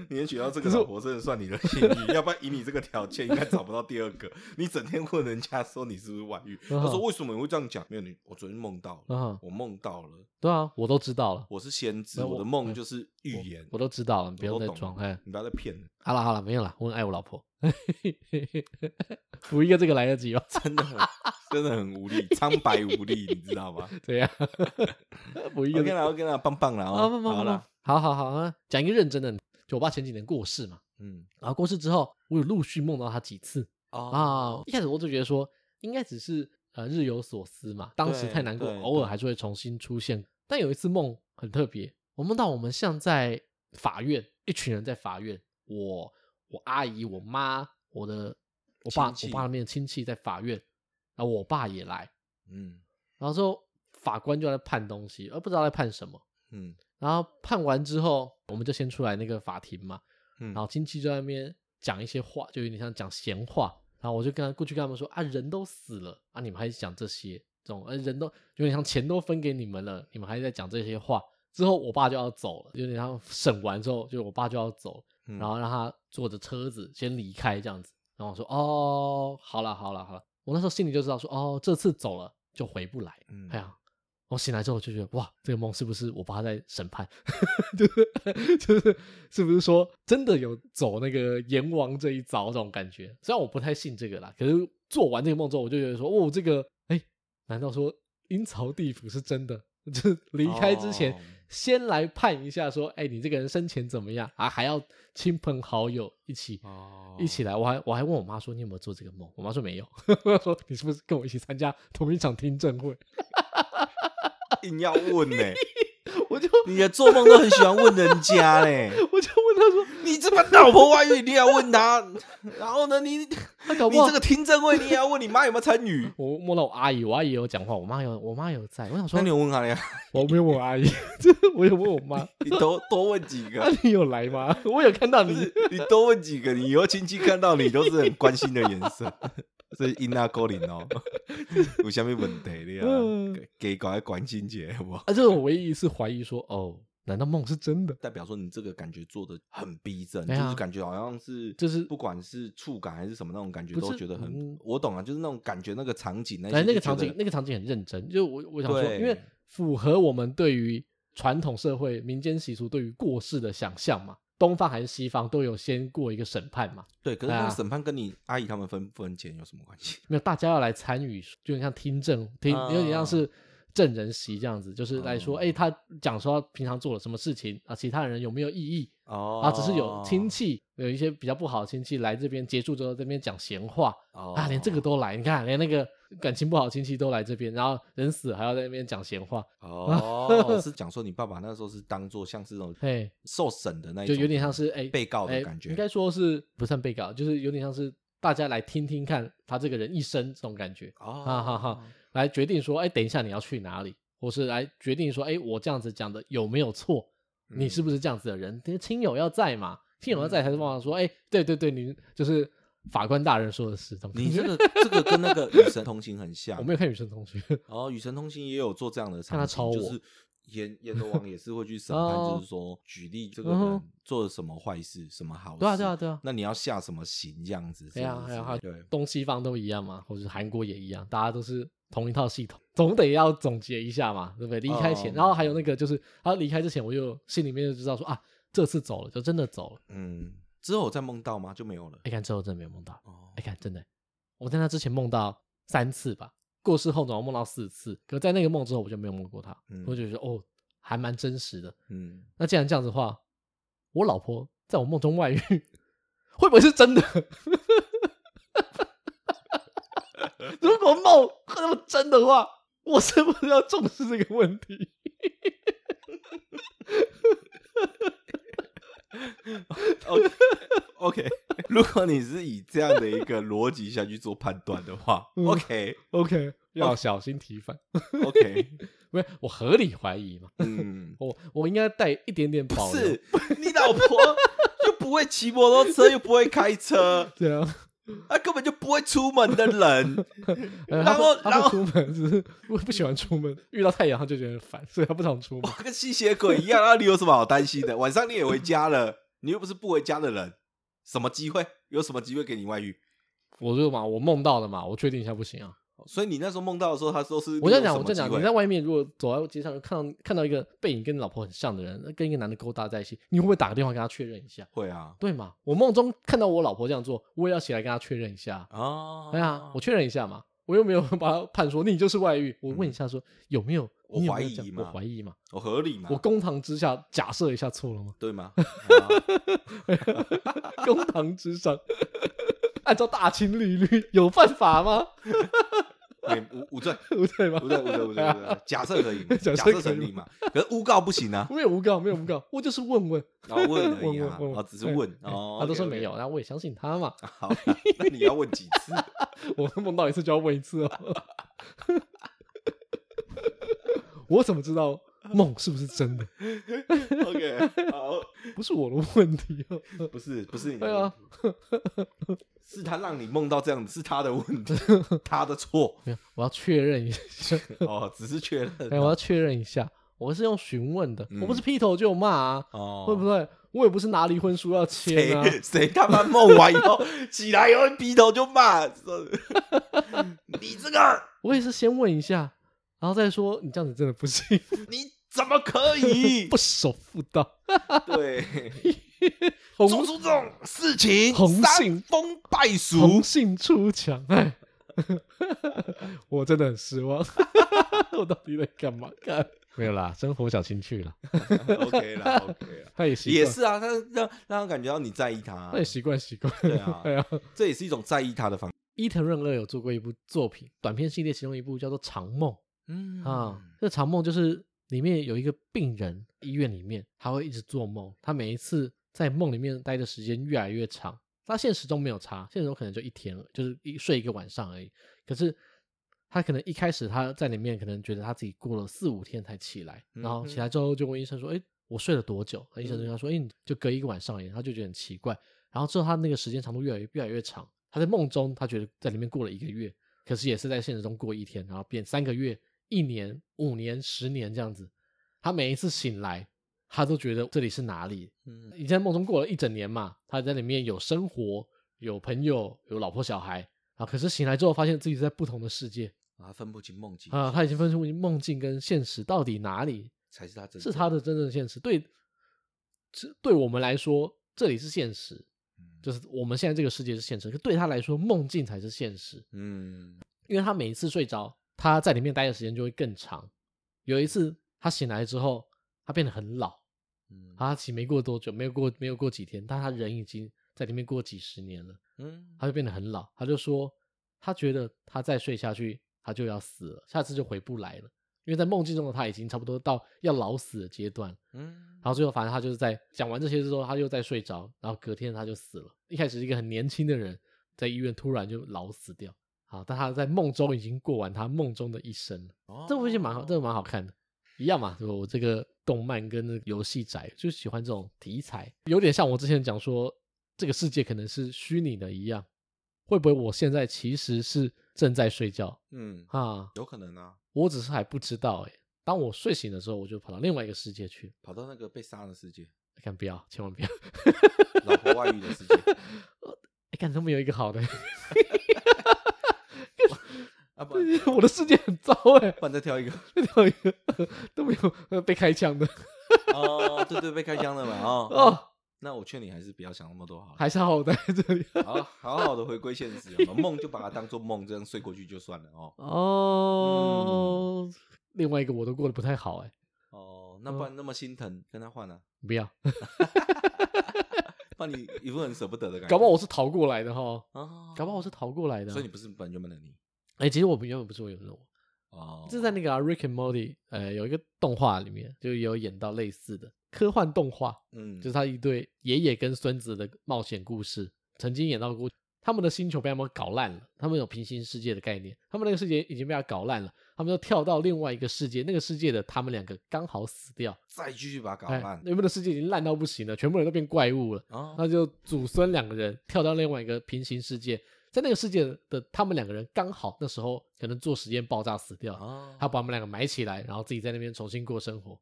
Speaker 2: 你能娶到这个
Speaker 1: 可是
Speaker 2: 老
Speaker 1: 我
Speaker 2: 婆，真的算你的幸运，要不然以你这个条件，应该找不到第二个。你整天问人家说你是不是外遇，
Speaker 1: 嗯
Speaker 2: 他说为什么你会这样讲？没有你，我昨天梦到了，
Speaker 1: 啊，
Speaker 2: 我梦到了，
Speaker 1: 对啊，我都知道了，
Speaker 2: 我是先知，
Speaker 1: 没有
Speaker 2: 我
Speaker 1: 我嗯
Speaker 2: 的梦就是预言，
Speaker 1: 我都知道了，你
Speaker 2: 我
Speaker 1: 不用
Speaker 2: 都
Speaker 1: 再
Speaker 2: 懂
Speaker 1: 装。
Speaker 2: 了
Speaker 1: 哎，
Speaker 2: 你不要再骗了，
Speaker 1: 好了好了，没有啦，我很爱我老婆。补一个这个来得及哦吗？
Speaker 2: 真的很，真的很无力，苍白无力，你
Speaker 1: *laughs*
Speaker 2: 知道吗
Speaker 1: 怎样？补一个这
Speaker 2: ？OK
Speaker 1: 个
Speaker 2: 啦，OK 啦，棒棒啦，
Speaker 1: 啊，
Speaker 2: 哦
Speaker 1: 不不
Speaker 2: 好
Speaker 1: 不
Speaker 2: 啦，
Speaker 1: 好好好啊，讲一个认真的。就我爸前几年过世嘛，
Speaker 2: 嗯，
Speaker 1: 然后过世之后，我有陆续梦到他几次
Speaker 2: 哦，
Speaker 1: 啊。一开始我就觉得说，应该只是呃日有所思嘛，当时
Speaker 2: 对
Speaker 1: 太难过
Speaker 2: 对，
Speaker 1: 偶尔
Speaker 2: 对
Speaker 1: 还是会重新出现。但有一次梦很特别，我梦到我们像在法院，一群人在法院，我、我阿姨、我妈、我的我爸、我
Speaker 2: 亲戚
Speaker 1: 爸那边的亲戚在法院，然后我爸也来，
Speaker 2: 嗯
Speaker 1: 然后之后法官就在判东西，而不知道在判什么。
Speaker 2: 嗯
Speaker 1: 然后判完之后，我们就先出来那个法庭嘛，
Speaker 2: 嗯，
Speaker 1: 然后亲戚就在那边讲一些话，就有点像讲闲话。然后我就跟他过去跟他们说啊，人都死了啊，你们还讲这些这种，呃，人都有点像钱都分给你们了，你们还在讲这些话。之后我爸就要走了，有点像审完之后，就我爸就要走，
Speaker 2: 嗯
Speaker 1: 然后让他坐着车子先离开这样子。然后我说哦，好了好了好了，我那时候心里就知道说哦，这次走了就回不来。
Speaker 2: 嗯
Speaker 1: 哎呀，我醒来之后就觉得，哇，这个梦是不是我爸在审判？ *laughs* 就是 *laughs* 就是是不是说真的有走那个阎王这一遭这种感觉？虽然我不太信这个啦，可是做完这个梦之后，我就觉得说，哦， *laughs* 这个哎，难道说阴曹地府是真的？就是离开之前
Speaker 2: 哦
Speaker 1: 先来判一下，说，哎，你这个人生前怎么样啊？还要亲朋好友一起
Speaker 2: 哦
Speaker 1: 一起来。我还我还问我妈说，你有没有做这个梦？我妈说没有。 *laughs* 我说你是不是跟我一起参加同一场听证会？ *laughs*
Speaker 2: 硬要问呢、
Speaker 1: 我就
Speaker 2: 你的做梦都很喜欢问人家嘞、
Speaker 1: 我就问她说，
Speaker 2: 你这么老婆外遇，你也要问他， *laughs* 然后呢，你你
Speaker 1: 她搞不好？
Speaker 2: 这个听证会，你也要问你妈有没有参与
Speaker 1: 我摸到我阿姨，我阿姨有讲话，我妈有我妈有在。我想说
Speaker 2: 那你，有问他呀？ *laughs*
Speaker 1: 我没有问我阿姨， *laughs* 就是我有问我妈，
Speaker 2: 你多多问几
Speaker 1: 那
Speaker 2: 个， *laughs*
Speaker 1: 你有来吗？ *laughs* 我有看到
Speaker 2: 不
Speaker 1: 你。
Speaker 2: 是你多问几个，你以后亲戚看到你都是很关心的眼 *laughs* 神，这是因那勾零哦， *laughs* 有啥物问题的
Speaker 1: *laughs* 嗯
Speaker 2: 呀？给搞来关心姐，好不好？
Speaker 1: 啊，这是我唯一一次怀疑说，哦，难道梦是真的？
Speaker 2: 代表说你这个感觉做的很逼真，
Speaker 1: 对
Speaker 2: 就
Speaker 1: 啊
Speaker 2: 是感觉好像是
Speaker 1: 就是
Speaker 2: 不管是触感还是什么那种感觉，
Speaker 1: 不
Speaker 2: 都
Speaker 1: 是
Speaker 2: 觉得很
Speaker 1: 嗯
Speaker 2: 我懂啊，就是那种感觉那个场景那些
Speaker 1: 哎，那
Speaker 2: 就
Speaker 1: 个
Speaker 2: 觉
Speaker 1: 场
Speaker 2: 得
Speaker 1: 景，那个场景很认真，就我我想说，
Speaker 2: 对
Speaker 1: 因为符合我们对于传统社会民间习俗对于过世的想象嘛，东方还是西方都有先过一个审判嘛，
Speaker 2: 对，可是那
Speaker 1: 哎
Speaker 2: 个
Speaker 1: 呀
Speaker 2: 审判跟你阿姨他们分不分钱有什么关系？
Speaker 1: 没有大家要来参与，就有点像听证，听
Speaker 2: 啊
Speaker 1: 有点像是。证人席这样子，就是来说，
Speaker 2: 哦
Speaker 1: 哎、他讲说他平常做了什么事情啊，其他人有没有异议？
Speaker 2: 哦
Speaker 1: 啊，只是有亲戚，有一些比较不好的亲戚来这边结束之后，这边讲闲话
Speaker 2: 哦
Speaker 1: 啊，连这个都来，你看，连那个感情不好的亲戚都来这边，然后人死了还要在那边讲闲话， *laughs*
Speaker 2: 哦，是讲说你爸爸那时候是当做像是那种
Speaker 1: 嘿，
Speaker 2: 受审的那一
Speaker 1: 就
Speaker 2: 种，
Speaker 1: 有点像是哎
Speaker 2: 被告的
Speaker 1: 哎
Speaker 2: 感觉
Speaker 1: 应该说是不算被告，就是有点像是大家来听听看他这个人一生这种感觉，
Speaker 2: 哦，
Speaker 1: 哈哈哈，来决定说，哎，等一下你要去哪里，或是来决定说，哎，我这样子讲的有没有错？你是
Speaker 2: 嗯
Speaker 1: 不是这样子的人？因为亲友要在嘛，亲友要在才是办法说，哎，对对对，你就是法官大人说的是。这种
Speaker 2: 你
Speaker 1: 感觉
Speaker 2: 这个这个跟那个《与神同行》很像
Speaker 1: 我，没有看《女生同学》 *laughs*
Speaker 2: 哦，《与神同行》也有做这样的场
Speaker 1: 看他
Speaker 2: 景
Speaker 1: 抄我
Speaker 2: 就是阎阎罗王也是会去审判，
Speaker 1: 哦
Speaker 2: 就是说举例这个
Speaker 1: 嗯哼
Speaker 2: 人做了什么坏事，什么好事，
Speaker 1: 对啊对啊对啊
Speaker 2: 那你要下什么刑这样子，
Speaker 1: 哎呀
Speaker 2: 是不
Speaker 1: 哎
Speaker 2: 是
Speaker 1: 呀还有
Speaker 2: 对，
Speaker 1: 东西方都一样嘛，或者是韩国也一样，大家都是同一套系统，总得要总结一下嘛，对不对？离开前，
Speaker 2: 哦
Speaker 1: 然后还有那个就是他离开之前，我就心里面就知道说啊，这次走了就真的走了。
Speaker 2: 嗯，之后有再梦到吗？就没有了。
Speaker 1: 哎，看之后真的没有梦到。
Speaker 2: 哦
Speaker 1: 哎，看真的，我在他之前梦到三次吧，过世后总共梦到四次，可在那个梦之后我就没有梦过他，
Speaker 2: 嗯
Speaker 1: 我就觉得哦，还蛮真实的。
Speaker 2: 嗯，
Speaker 1: 那既然这样子的话，我老婆在我梦中外遇， *laughs* 会不会是真的？ *laughs* 如果梦那么真的话，我是不是要重视这个问题？
Speaker 2: OK，OK，如 *laughs* 果你是以这样的一个逻辑下去做判断的话
Speaker 1: 嗯 *laughs*
Speaker 2: ，OK
Speaker 1: OK，要
Speaker 2: 哦
Speaker 1: 小心提防，
Speaker 2: OK，
Speaker 1: 因为我合理怀疑嘛，
Speaker 2: *laughs* 嗯，
Speaker 1: 我我应该带一点点保
Speaker 2: 不
Speaker 1: 留
Speaker 2: 是，你老婆又不会骑摩托车，又不会开车， *laughs*
Speaker 1: 对啊，
Speaker 2: 她根本就不会出门的 *laughs* 人，
Speaker 1: 呃
Speaker 2: 然后
Speaker 1: 他不他
Speaker 2: 然后
Speaker 1: 不出门，只是我不喜欢出门，遇到太阳他就觉得很烦，所以他不常出门。
Speaker 2: 哇跟吸血鬼一样。啊那你有什么好担心的？晚上你也回家了，你又不是不回家的人，什么机会？有什么机会给你外遇？
Speaker 1: 我就嘛，我梦到的嘛，我确定一下不行啊。
Speaker 2: 所以你那时候梦到的时候，他说是
Speaker 1: 我这样
Speaker 2: 你
Speaker 1: 讲，
Speaker 2: 有
Speaker 1: 我这
Speaker 2: 什么
Speaker 1: 样讲，
Speaker 2: 机会
Speaker 1: 你在外面如果走在街上看到看到一个背影跟你老婆很像的人，跟一个男的勾搭在一起，你会不会打个电话跟他确认一下？
Speaker 2: 会啊
Speaker 1: 对嘛？我梦中看到我老婆这样做，我也要起来跟她确认一下。
Speaker 2: 啊
Speaker 1: 哎呀，我确认一下嘛，我又没有 *laughs* 把她判说你就是外遇，我问一下说有没有？
Speaker 2: 嗯我
Speaker 1: 你有没
Speaker 2: 怀
Speaker 1: 有
Speaker 2: 疑
Speaker 1: 这样
Speaker 2: 嘛
Speaker 1: 我
Speaker 2: 啊
Speaker 1: 怀疑嘛，
Speaker 2: 我合理嘛
Speaker 1: 我，公堂之下假设一下错了吗？*laughs*
Speaker 2: 对吗？啊
Speaker 1: 公堂之上， *laughs* 按照大清律律有犯法吗？ *laughs*
Speaker 2: 没啊无无罪，
Speaker 1: 不对吗？
Speaker 2: 无罪，无罪，无罪，无罪。假设可以嘛，
Speaker 1: *laughs*
Speaker 2: 假
Speaker 1: 假设
Speaker 2: 设
Speaker 1: 可以
Speaker 2: 成立嘛，可是诬告不
Speaker 1: *laughs*
Speaker 2: 行啊，
Speaker 1: 没有诬告，没有诬告，我就是问问，
Speaker 2: 然后问而
Speaker 1: 问
Speaker 2: 已啊
Speaker 1: 问，问，
Speaker 2: 啊，只是问
Speaker 1: 哎
Speaker 2: 哦，
Speaker 1: 他都
Speaker 2: OK，
Speaker 1: 说
Speaker 2: OK
Speaker 1: 没有，。然后我也相信他嘛，
Speaker 2: *laughs* 好啦，那你要问几次？
Speaker 1: 我梦到一次就要问一次哦。 *laughs* 我怎么知道梦是不是真的？ *laughs*
Speaker 2: OK，好，
Speaker 1: 不是我的问题哦。
Speaker 2: 不是不是你的
Speaker 1: 对啊
Speaker 2: 问，题，是他让你梦到这样子，是他的问
Speaker 1: *laughs*
Speaker 2: 题，他的错
Speaker 1: 没有，我要确认一
Speaker 2: *laughs*
Speaker 1: 下，
Speaker 2: 哦，只是确
Speaker 1: 哎，
Speaker 2: 认
Speaker 1: 我要确认一下，我是用询问的，
Speaker 2: 嗯
Speaker 1: 我不是劈头就骂啊，
Speaker 2: 哦，
Speaker 1: 会不会？我也不是拿离婚书要签啊，
Speaker 2: 谁谁他妈梦完以后起来以后劈头就骂，
Speaker 1: *laughs*
Speaker 2: 说你这个
Speaker 1: 我也是先问一下，然后再说你这样子真的不
Speaker 2: *laughs*
Speaker 1: 行，
Speaker 2: 你怎么可以
Speaker 1: *laughs* 不？守妇道，
Speaker 2: 对，
Speaker 1: 红
Speaker 2: 做出这种事情，
Speaker 1: 红杏
Speaker 2: 伤风败
Speaker 1: 红
Speaker 2: 俗。
Speaker 1: 杏出墙，哎， *laughs* 我真的很失望， *laughs* 我到底在干嘛？干没有啦，生活小情趣啦，
Speaker 2: *laughs* OK 啦，OK 啦，
Speaker 1: 他也习惯
Speaker 2: *laughs* 也，是啊，他让让他感觉到你在意他、
Speaker 1: 他也习惯习惯，
Speaker 2: 对
Speaker 1: *laughs*
Speaker 2: 啊
Speaker 1: 对啊。
Speaker 2: 这也是一种在意他的方
Speaker 1: 伊藤润二有做过一部作品，短片系列，其中一部叫做《长梦》
Speaker 2: 嗯
Speaker 1: 啊。这《长梦》就是里面有一个病人，医院里面他会一直做梦，他每一次在梦里面待的时间越来越长。他现实中没有差，现实中可能就一天，就是一睡一个晚上而已。可是他可能一开始他在里面可能觉得他自己过了四五天才起来，
Speaker 2: 嗯哼
Speaker 1: 然后起来之后就问医生说：“哎、我睡了多久？”那医生就跟他说：“哎、你就隔一个晚上而已。”他就觉得很奇怪。然后之后他那个时间长度越来越越来越长，他在梦中他觉得在里面过了一个月，可是也是在现实中过一天，然后变三个月、一年、五年、十年这样子。他每一次醒来，他都觉得这里是哪里？
Speaker 2: 嗯
Speaker 1: 你在梦中过了一整年嘛，他在里面有生活、有朋友、有老婆、小孩啊。可是醒来之后，发现自己在不同的世界
Speaker 2: 啊，分不清梦境
Speaker 1: 啊，他已经分出梦境跟现实到底哪里
Speaker 2: 才是他真
Speaker 1: 是他的真正现实。对，这对我们来说，这里是现实，
Speaker 2: 嗯
Speaker 1: 就是我们现在这个世界是现实。可对他来说，梦境才是现实。
Speaker 2: 嗯
Speaker 1: 因为他每一次睡着，他在里面待的时间就会更长。有一次他醒来之后，他变得很老，
Speaker 2: 嗯
Speaker 1: 他其实没过多久，没有过没有过几天，但他人已经在里面过几十年了，
Speaker 2: 嗯
Speaker 1: 他就变得很老。他就说，他觉得他再睡下去，他就要死了，下次就回不来了。因为在梦境中的他已经差不多到要老死的阶段，
Speaker 2: 嗯
Speaker 1: 然后最后反正他就是在讲完这些之后，他又在睡着，然后隔天他就死了。一开始是一个很年轻的人在医院突然就老死掉，啊，但他在梦中已经过完他梦中的一生了。
Speaker 2: 哦
Speaker 1: 这部剧蛮好，这个蛮好看的，一样嘛，就我这个动漫跟那个游戏宅就喜欢这种题材，有点像我之前讲说这个世界可能是虚拟的一样，会不会我现在其实是正在睡觉
Speaker 2: 嗯，
Speaker 1: 啊？
Speaker 2: 有可能啊，
Speaker 1: 我只是还不知道诶、当我睡醒的时候，我就跑到另外一个世界去了。
Speaker 2: 跑到那个被杀的世界，
Speaker 1: 看，不要，千万不要！
Speaker 2: 老婆外遇
Speaker 1: *laughs*
Speaker 2: 的世界
Speaker 1: 哎，看他们有一个好的，
Speaker 2: 啊，不然
Speaker 1: *laughs* 我的世界很糟哎、
Speaker 2: 不然再
Speaker 1: *laughs*
Speaker 2: 挑一个
Speaker 1: 那条鱼都没有呃被开枪的
Speaker 2: 哦，对对，被开枪了嘛哦，
Speaker 1: 哦，
Speaker 2: 那我劝你还是不要想那么多好了，
Speaker 1: 还是好好待在这里 *laughs*
Speaker 2: 好好好的回归现实，有没有梦就把它当做梦，这样睡过去就算了哦。
Speaker 1: 哦。另外一个我都过得不太好哎、
Speaker 2: 哦，那
Speaker 1: 嗯
Speaker 2: 不然那么心疼，跟他换啊，
Speaker 1: 不要，
Speaker 2: 不然你一副很舍不得的感觉。
Speaker 1: 搞不好我是逃过来的哈，
Speaker 2: 哦，
Speaker 1: 搞不好我是逃过来的啊。
Speaker 2: 所以你不是本原本的你
Speaker 1: 哎、其实我原本不是我原本的我，
Speaker 2: 哦，
Speaker 1: 这在那个、啊《Rick and Morty》呃有一个动画里面就有演到类似的科幻动画，
Speaker 2: 嗯，
Speaker 1: 就是他一对爷爷跟孙子的冒险故事，曾经演到过，他们的星球被他们搞烂了，他们有平行世界的概念，他们那个世界已经被他搞烂了，他们就跳到另外一个世界，那个世界的他们两个刚好死掉，
Speaker 2: 再继续把它搞
Speaker 1: 哎
Speaker 2: 烂
Speaker 1: 原本的世界已经烂到不行了，全部人都变怪物了，
Speaker 2: 哦，
Speaker 1: 那就祖孙两个人跳到另外一个平行世界，在那个世界的他们两个人刚好那时候可能做实验爆炸死掉，
Speaker 2: 哦
Speaker 1: *laughs* 他把我们两个埋起来，然后自己在那边重新过生活。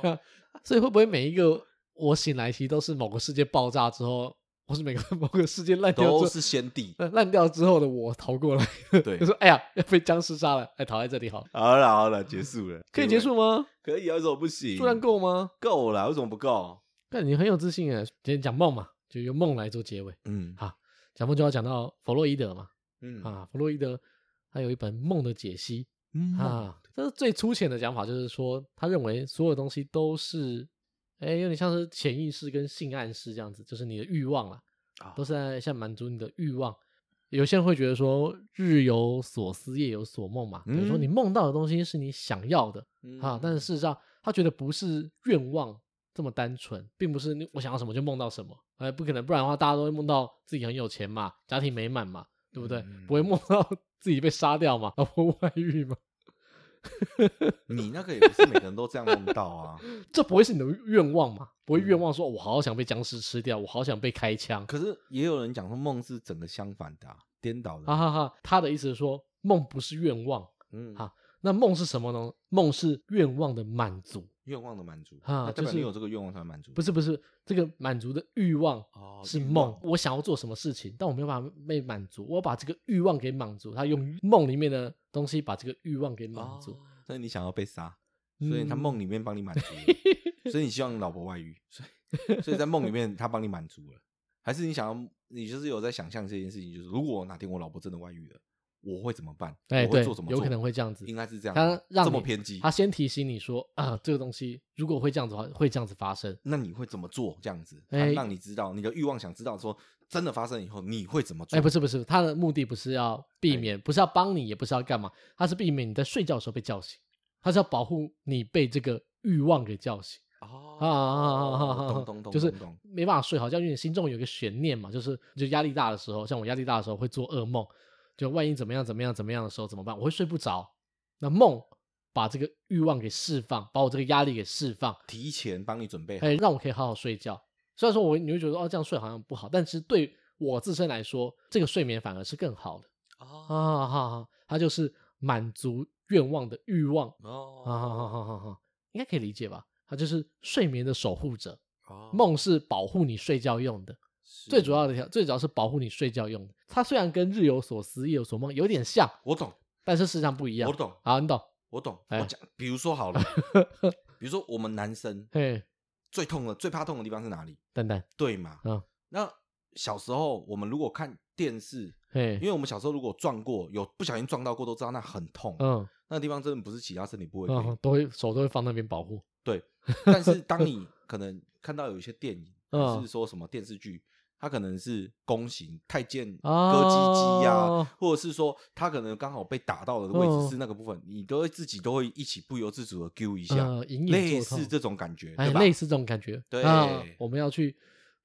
Speaker 2: 哦
Speaker 1: *laughs* 所以会不会每一个我醒来其实都是某个世界爆炸之后，或是每个 *laughs* 某个世界烂掉
Speaker 2: 都
Speaker 1: 之后
Speaker 2: 是先
Speaker 1: *laughs*
Speaker 2: 帝。
Speaker 1: 呃烂掉之后的我逃过来的？*laughs*
Speaker 2: 对
Speaker 1: 就说哎呀，要被僵尸杀了，哎，逃在这里好了，
Speaker 2: 好了好了，结束了，
Speaker 1: 可以结
Speaker 2: 结尾
Speaker 1: 束吗？
Speaker 2: 可以啊，为什么不行？
Speaker 1: 数量够吗？
Speaker 2: 够了，为什么不够？
Speaker 1: 但你很有自信哎，今天讲梦嘛，就用梦来做结尾。
Speaker 2: 嗯
Speaker 1: 讲梦就要讲到弗洛伊德嘛，
Speaker 2: 嗯
Speaker 1: 啊，弗洛伊德他有一本《梦的解析》，
Speaker 2: 嗯 *laughs*
Speaker 1: 啊，这是最粗浅的讲法，就是说他认为所有东西都是，哎，有点像是潜意识跟性暗示这样子，就是你的欲望啦，
Speaker 2: 啊
Speaker 1: 都是在像满足你的欲望。有些人会觉得说日有所思夜有所梦嘛，比如说
Speaker 2: 嗯
Speaker 1: 你梦到的东西是你想要的、啊，但是事实上他觉得不是愿望这么单纯，并不是你我想要什么就梦到什么，哎，不可能，不然的话大家都会梦到自己很有钱嘛，家庭美满嘛，对不对？
Speaker 2: 嗯
Speaker 1: 不会梦到自己被杀掉嘛，老婆外遇嘛。
Speaker 2: 你那个也不是每个人都这样梦到啊。
Speaker 1: 这不会是你的愿望嘛？不
Speaker 2: 嗯
Speaker 1: 会愿望说，我好想被僵尸吃掉，我好想被开枪，
Speaker 2: 可是也有人讲说梦是整个相反的啊，颠倒的
Speaker 1: 哈。哈哈。他的意思是说，梦不是愿望，
Speaker 2: 嗯
Speaker 1: 啊那梦是什么呢？梦是愿望的满足，
Speaker 2: 愿望的满足，
Speaker 1: 啊
Speaker 2: 那代
Speaker 1: 就
Speaker 2: 表
Speaker 1: 是
Speaker 2: 你有这个愿望才满足。
Speaker 1: 不是不是这个满足的欲望
Speaker 2: 哦
Speaker 1: 是
Speaker 2: 欲
Speaker 1: 梦
Speaker 2: 望。
Speaker 1: 我想要做什么事情，但我没有办法被满足，我要把这个欲望给满足。他用梦里面的东西把这个欲望给满足，嗯
Speaker 2: 哦，所以你想要被杀，所以他梦里面帮你满足了，
Speaker 1: *laughs*
Speaker 2: 所以你希望你老婆外遇，所以所以在梦里面他帮你满足了，还是你想要，你就是有在想象这件事情，就是如果哪天我老婆真的外遇了，我会怎么办？
Speaker 1: 哎，
Speaker 2: 我会
Speaker 1: 对
Speaker 2: 做怎，么做？
Speaker 1: 有可能会这样子。
Speaker 2: 应该是这样
Speaker 1: 他
Speaker 2: 吧，
Speaker 1: 让
Speaker 2: 这么
Speaker 1: 你
Speaker 2: 偏激
Speaker 1: 他，先提醒你说啊，这个东西如果会这样子的话，会这样子发生。
Speaker 2: 那你会怎么做？这样子，他
Speaker 1: 哎
Speaker 2: 让你知道你的欲望，想知道说真的发生以后你会怎么做？
Speaker 1: 哎，不是不是，他的目的不是要避
Speaker 2: 哎
Speaker 1: 免，不是要帮你，也不是要干嘛，他是避免你在睡觉的时候被叫醒，他是要保护你被这个欲望给叫醒。
Speaker 2: 哦，
Speaker 1: 啊啊啊啊！
Speaker 2: 懂懂懂，
Speaker 1: 就是
Speaker 2: 懂懂
Speaker 1: 没办法睡好觉，因为你心中有一个悬念嘛，就是就压力大的时候，像我压力大的时候会做噩梦，就万一怎么样怎么样怎么样的时候怎么办？我会睡不着。那梦把这个欲望给释放，把我这个压力给释放，
Speaker 2: 提前帮你准备好
Speaker 1: 哎，让我可以好好睡觉。虽然说我你会觉得哦这样睡好像不好，但是对我自身来说，这个睡眠反而是更好的
Speaker 2: 哦
Speaker 1: 啊！哈哈，它就是满足愿望的欲望啊！
Speaker 2: 哦
Speaker 1: 哈哈哈哈哈，应该可以理解吧？它就是睡眠的守护者。
Speaker 2: 哦
Speaker 1: 梦是保护你睡觉用的，最主要
Speaker 2: 的
Speaker 1: 的一条，最主要是保护你睡觉用的。它虽然跟日有所思夜有所梦有点像，
Speaker 2: 我懂，
Speaker 1: 但是事实上不一样
Speaker 2: 我。懂，
Speaker 1: 好，你懂？
Speaker 2: 我懂。
Speaker 1: 哎
Speaker 2: 我讲，比如说好
Speaker 1: *laughs*
Speaker 2: 了，比如说我们男生
Speaker 1: 嘿，
Speaker 2: 最痛的、最怕痛的地方是哪里？
Speaker 1: 蛋蛋，
Speaker 2: 对嘛？
Speaker 1: 嗯，
Speaker 2: 那小时候我们如果看电视，因
Speaker 1: 嘿，
Speaker 2: 为我们小时候如果撞过，有不小心撞到过，都知道那很痛，
Speaker 1: 嗯
Speaker 2: 那个地方真的不是其他身体部位可以
Speaker 1: 嗯， *laughs* 都会手都会放那边保护。
Speaker 2: 对，但是当你可能看到有一些电影，还
Speaker 1: 嗯
Speaker 2: 是说什么电视剧，它可能是弓形、太监
Speaker 1: 哦
Speaker 2: 割鸡鸡呀，或者是说它可能刚好被打到的位
Speaker 1: 嗯
Speaker 2: 置是那个部分，你都会自己都会一起不由自主的揪一下，
Speaker 1: 呃隐隐
Speaker 2: 类
Speaker 1: 作
Speaker 2: 似
Speaker 1: 痛
Speaker 2: 这种感觉，
Speaker 1: 哎
Speaker 2: 对，吧？
Speaker 1: 类似这种感觉。
Speaker 2: 对
Speaker 1: 啊我们要去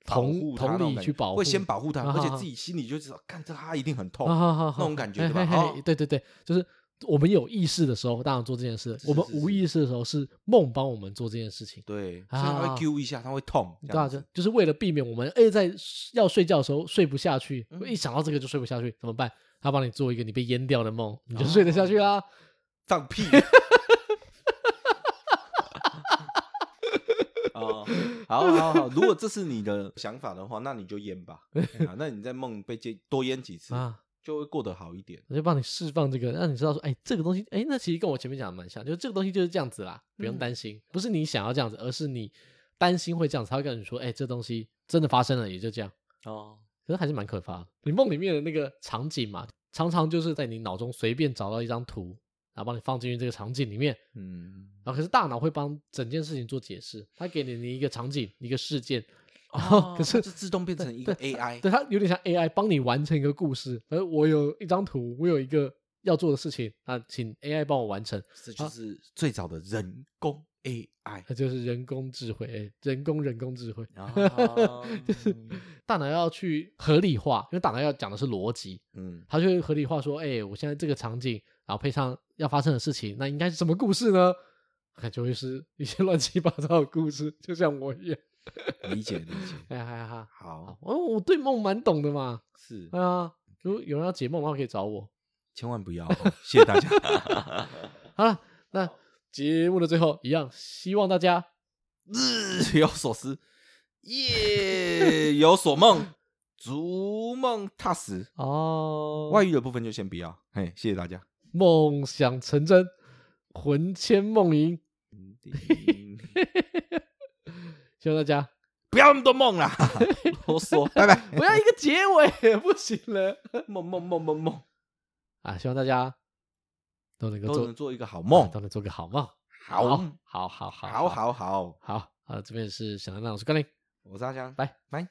Speaker 2: 保
Speaker 1: 同
Speaker 2: 护它那
Speaker 1: 同
Speaker 2: 种
Speaker 1: 理
Speaker 2: 感
Speaker 1: 去
Speaker 2: 觉
Speaker 1: 保护，
Speaker 2: 会先保护它，
Speaker 1: 啊
Speaker 2: 而且
Speaker 1: 啊
Speaker 2: 自己心里就知道，干这他一定很痛
Speaker 1: 啊，好好好
Speaker 2: 那种感觉，
Speaker 1: 嘿
Speaker 2: 对吧？
Speaker 1: 嘿嘿
Speaker 2: 哦
Speaker 1: 对对对，就是我们有意识的时候，当然做这件事；
Speaker 2: 是
Speaker 1: 我们
Speaker 2: 是
Speaker 1: 无
Speaker 2: 是
Speaker 1: 意识的时候，是梦帮我们做这件事情。
Speaker 2: 对，所以它
Speaker 1: 啊
Speaker 2: 会揪一下，它会痛，这
Speaker 1: 对啊，
Speaker 2: 样
Speaker 1: 就
Speaker 2: 子
Speaker 1: 就是为了避免我们哎在要睡觉的时候睡不下去，
Speaker 2: 嗯
Speaker 1: 一想到这个就睡不下去，怎么办？他帮你做一个你被淹掉的梦，你
Speaker 2: 哦
Speaker 1: 就睡得下去啊啦、
Speaker 2: 放屁。 *laughs* 哦，好好好，如果这是你的想法的话，那你就
Speaker 1: *laughs*
Speaker 2: 淹吧。哎呀那你在梦被接多淹几次，
Speaker 1: 啊！
Speaker 2: 就会过得好一点。
Speaker 1: 我就帮你释放这个，让你知道说，哎，这个东西，哎，那其实跟我前面讲的蛮像，就是这个东西就是这样子啦，不用
Speaker 2: 嗯
Speaker 1: 担心，不是你想要这样子，而是你担心会这样子，他会跟你说，哎，这东西真的发生了，也就这样。
Speaker 2: 哦，
Speaker 1: 可是还是蛮可怕的。你梦里面的那个场景嘛，常常就是在你脑中随便找到一张图，然后帮你放进去这个场景里面，
Speaker 2: 嗯，
Speaker 1: 然后可是大脑会帮整件事情做解释，它给你你一个场景、一个事件，然后可
Speaker 2: 它
Speaker 1: 是
Speaker 2: 哦就自动变成一个 AI，
Speaker 1: 对它有点像 AI 帮你完成一个故事。而我有一张图，我有一个要做的事情，那请 AI 帮我完成，
Speaker 2: 这就是最早的人工
Speaker 1: *laughs*
Speaker 2: AI。
Speaker 1: 那就是人工智慧，哎人工人工智慧，
Speaker 2: 哦
Speaker 1: *laughs* 就是大脑要去合理化，因为大脑要讲的是逻辑，
Speaker 2: 嗯，
Speaker 1: 它就会合理化说，哎、我现在这个场景，然后配上要发生的事情，那应该是什么故事呢？感觉会是一些 *laughs* 乱七八糟的故事，就像我一样。
Speaker 2: 理解理解。
Speaker 1: 哎呀哈哈，
Speaker 2: 好，
Speaker 1: 哦，我对梦蛮懂的嘛。
Speaker 2: 是
Speaker 1: 对啊，如果有人要解梦的话，可以找我。
Speaker 2: 千万不要哦，谢谢大家。 *laughs*
Speaker 1: 好了，那节目的最后一样，希望大家
Speaker 2: 日有所思，夜有所梦，逐梦踏实。
Speaker 1: 哦，
Speaker 2: 外遇的部分就先不要，嘿，谢谢大家。
Speaker 1: 梦想成真，魂牵梦萦。希望大家
Speaker 2: 不要那么多梦啦， *laughs* 啰嗦，拜拜。
Speaker 1: 不要一个结尾，不行了
Speaker 2: 梦梦梦梦梦，
Speaker 1: 啊！希望大家都能够
Speaker 2: 都
Speaker 1: 做
Speaker 2: 能做一个好
Speaker 1: 啊
Speaker 2: 梦
Speaker 1: 都。能做个好梦。
Speaker 2: 好，
Speaker 1: 好，好，好，
Speaker 2: 好，好，好，
Speaker 1: 好，啊！这边是小亮亮，我是甘霖。
Speaker 2: 我是阿香，
Speaker 1: 拜
Speaker 2: 拜。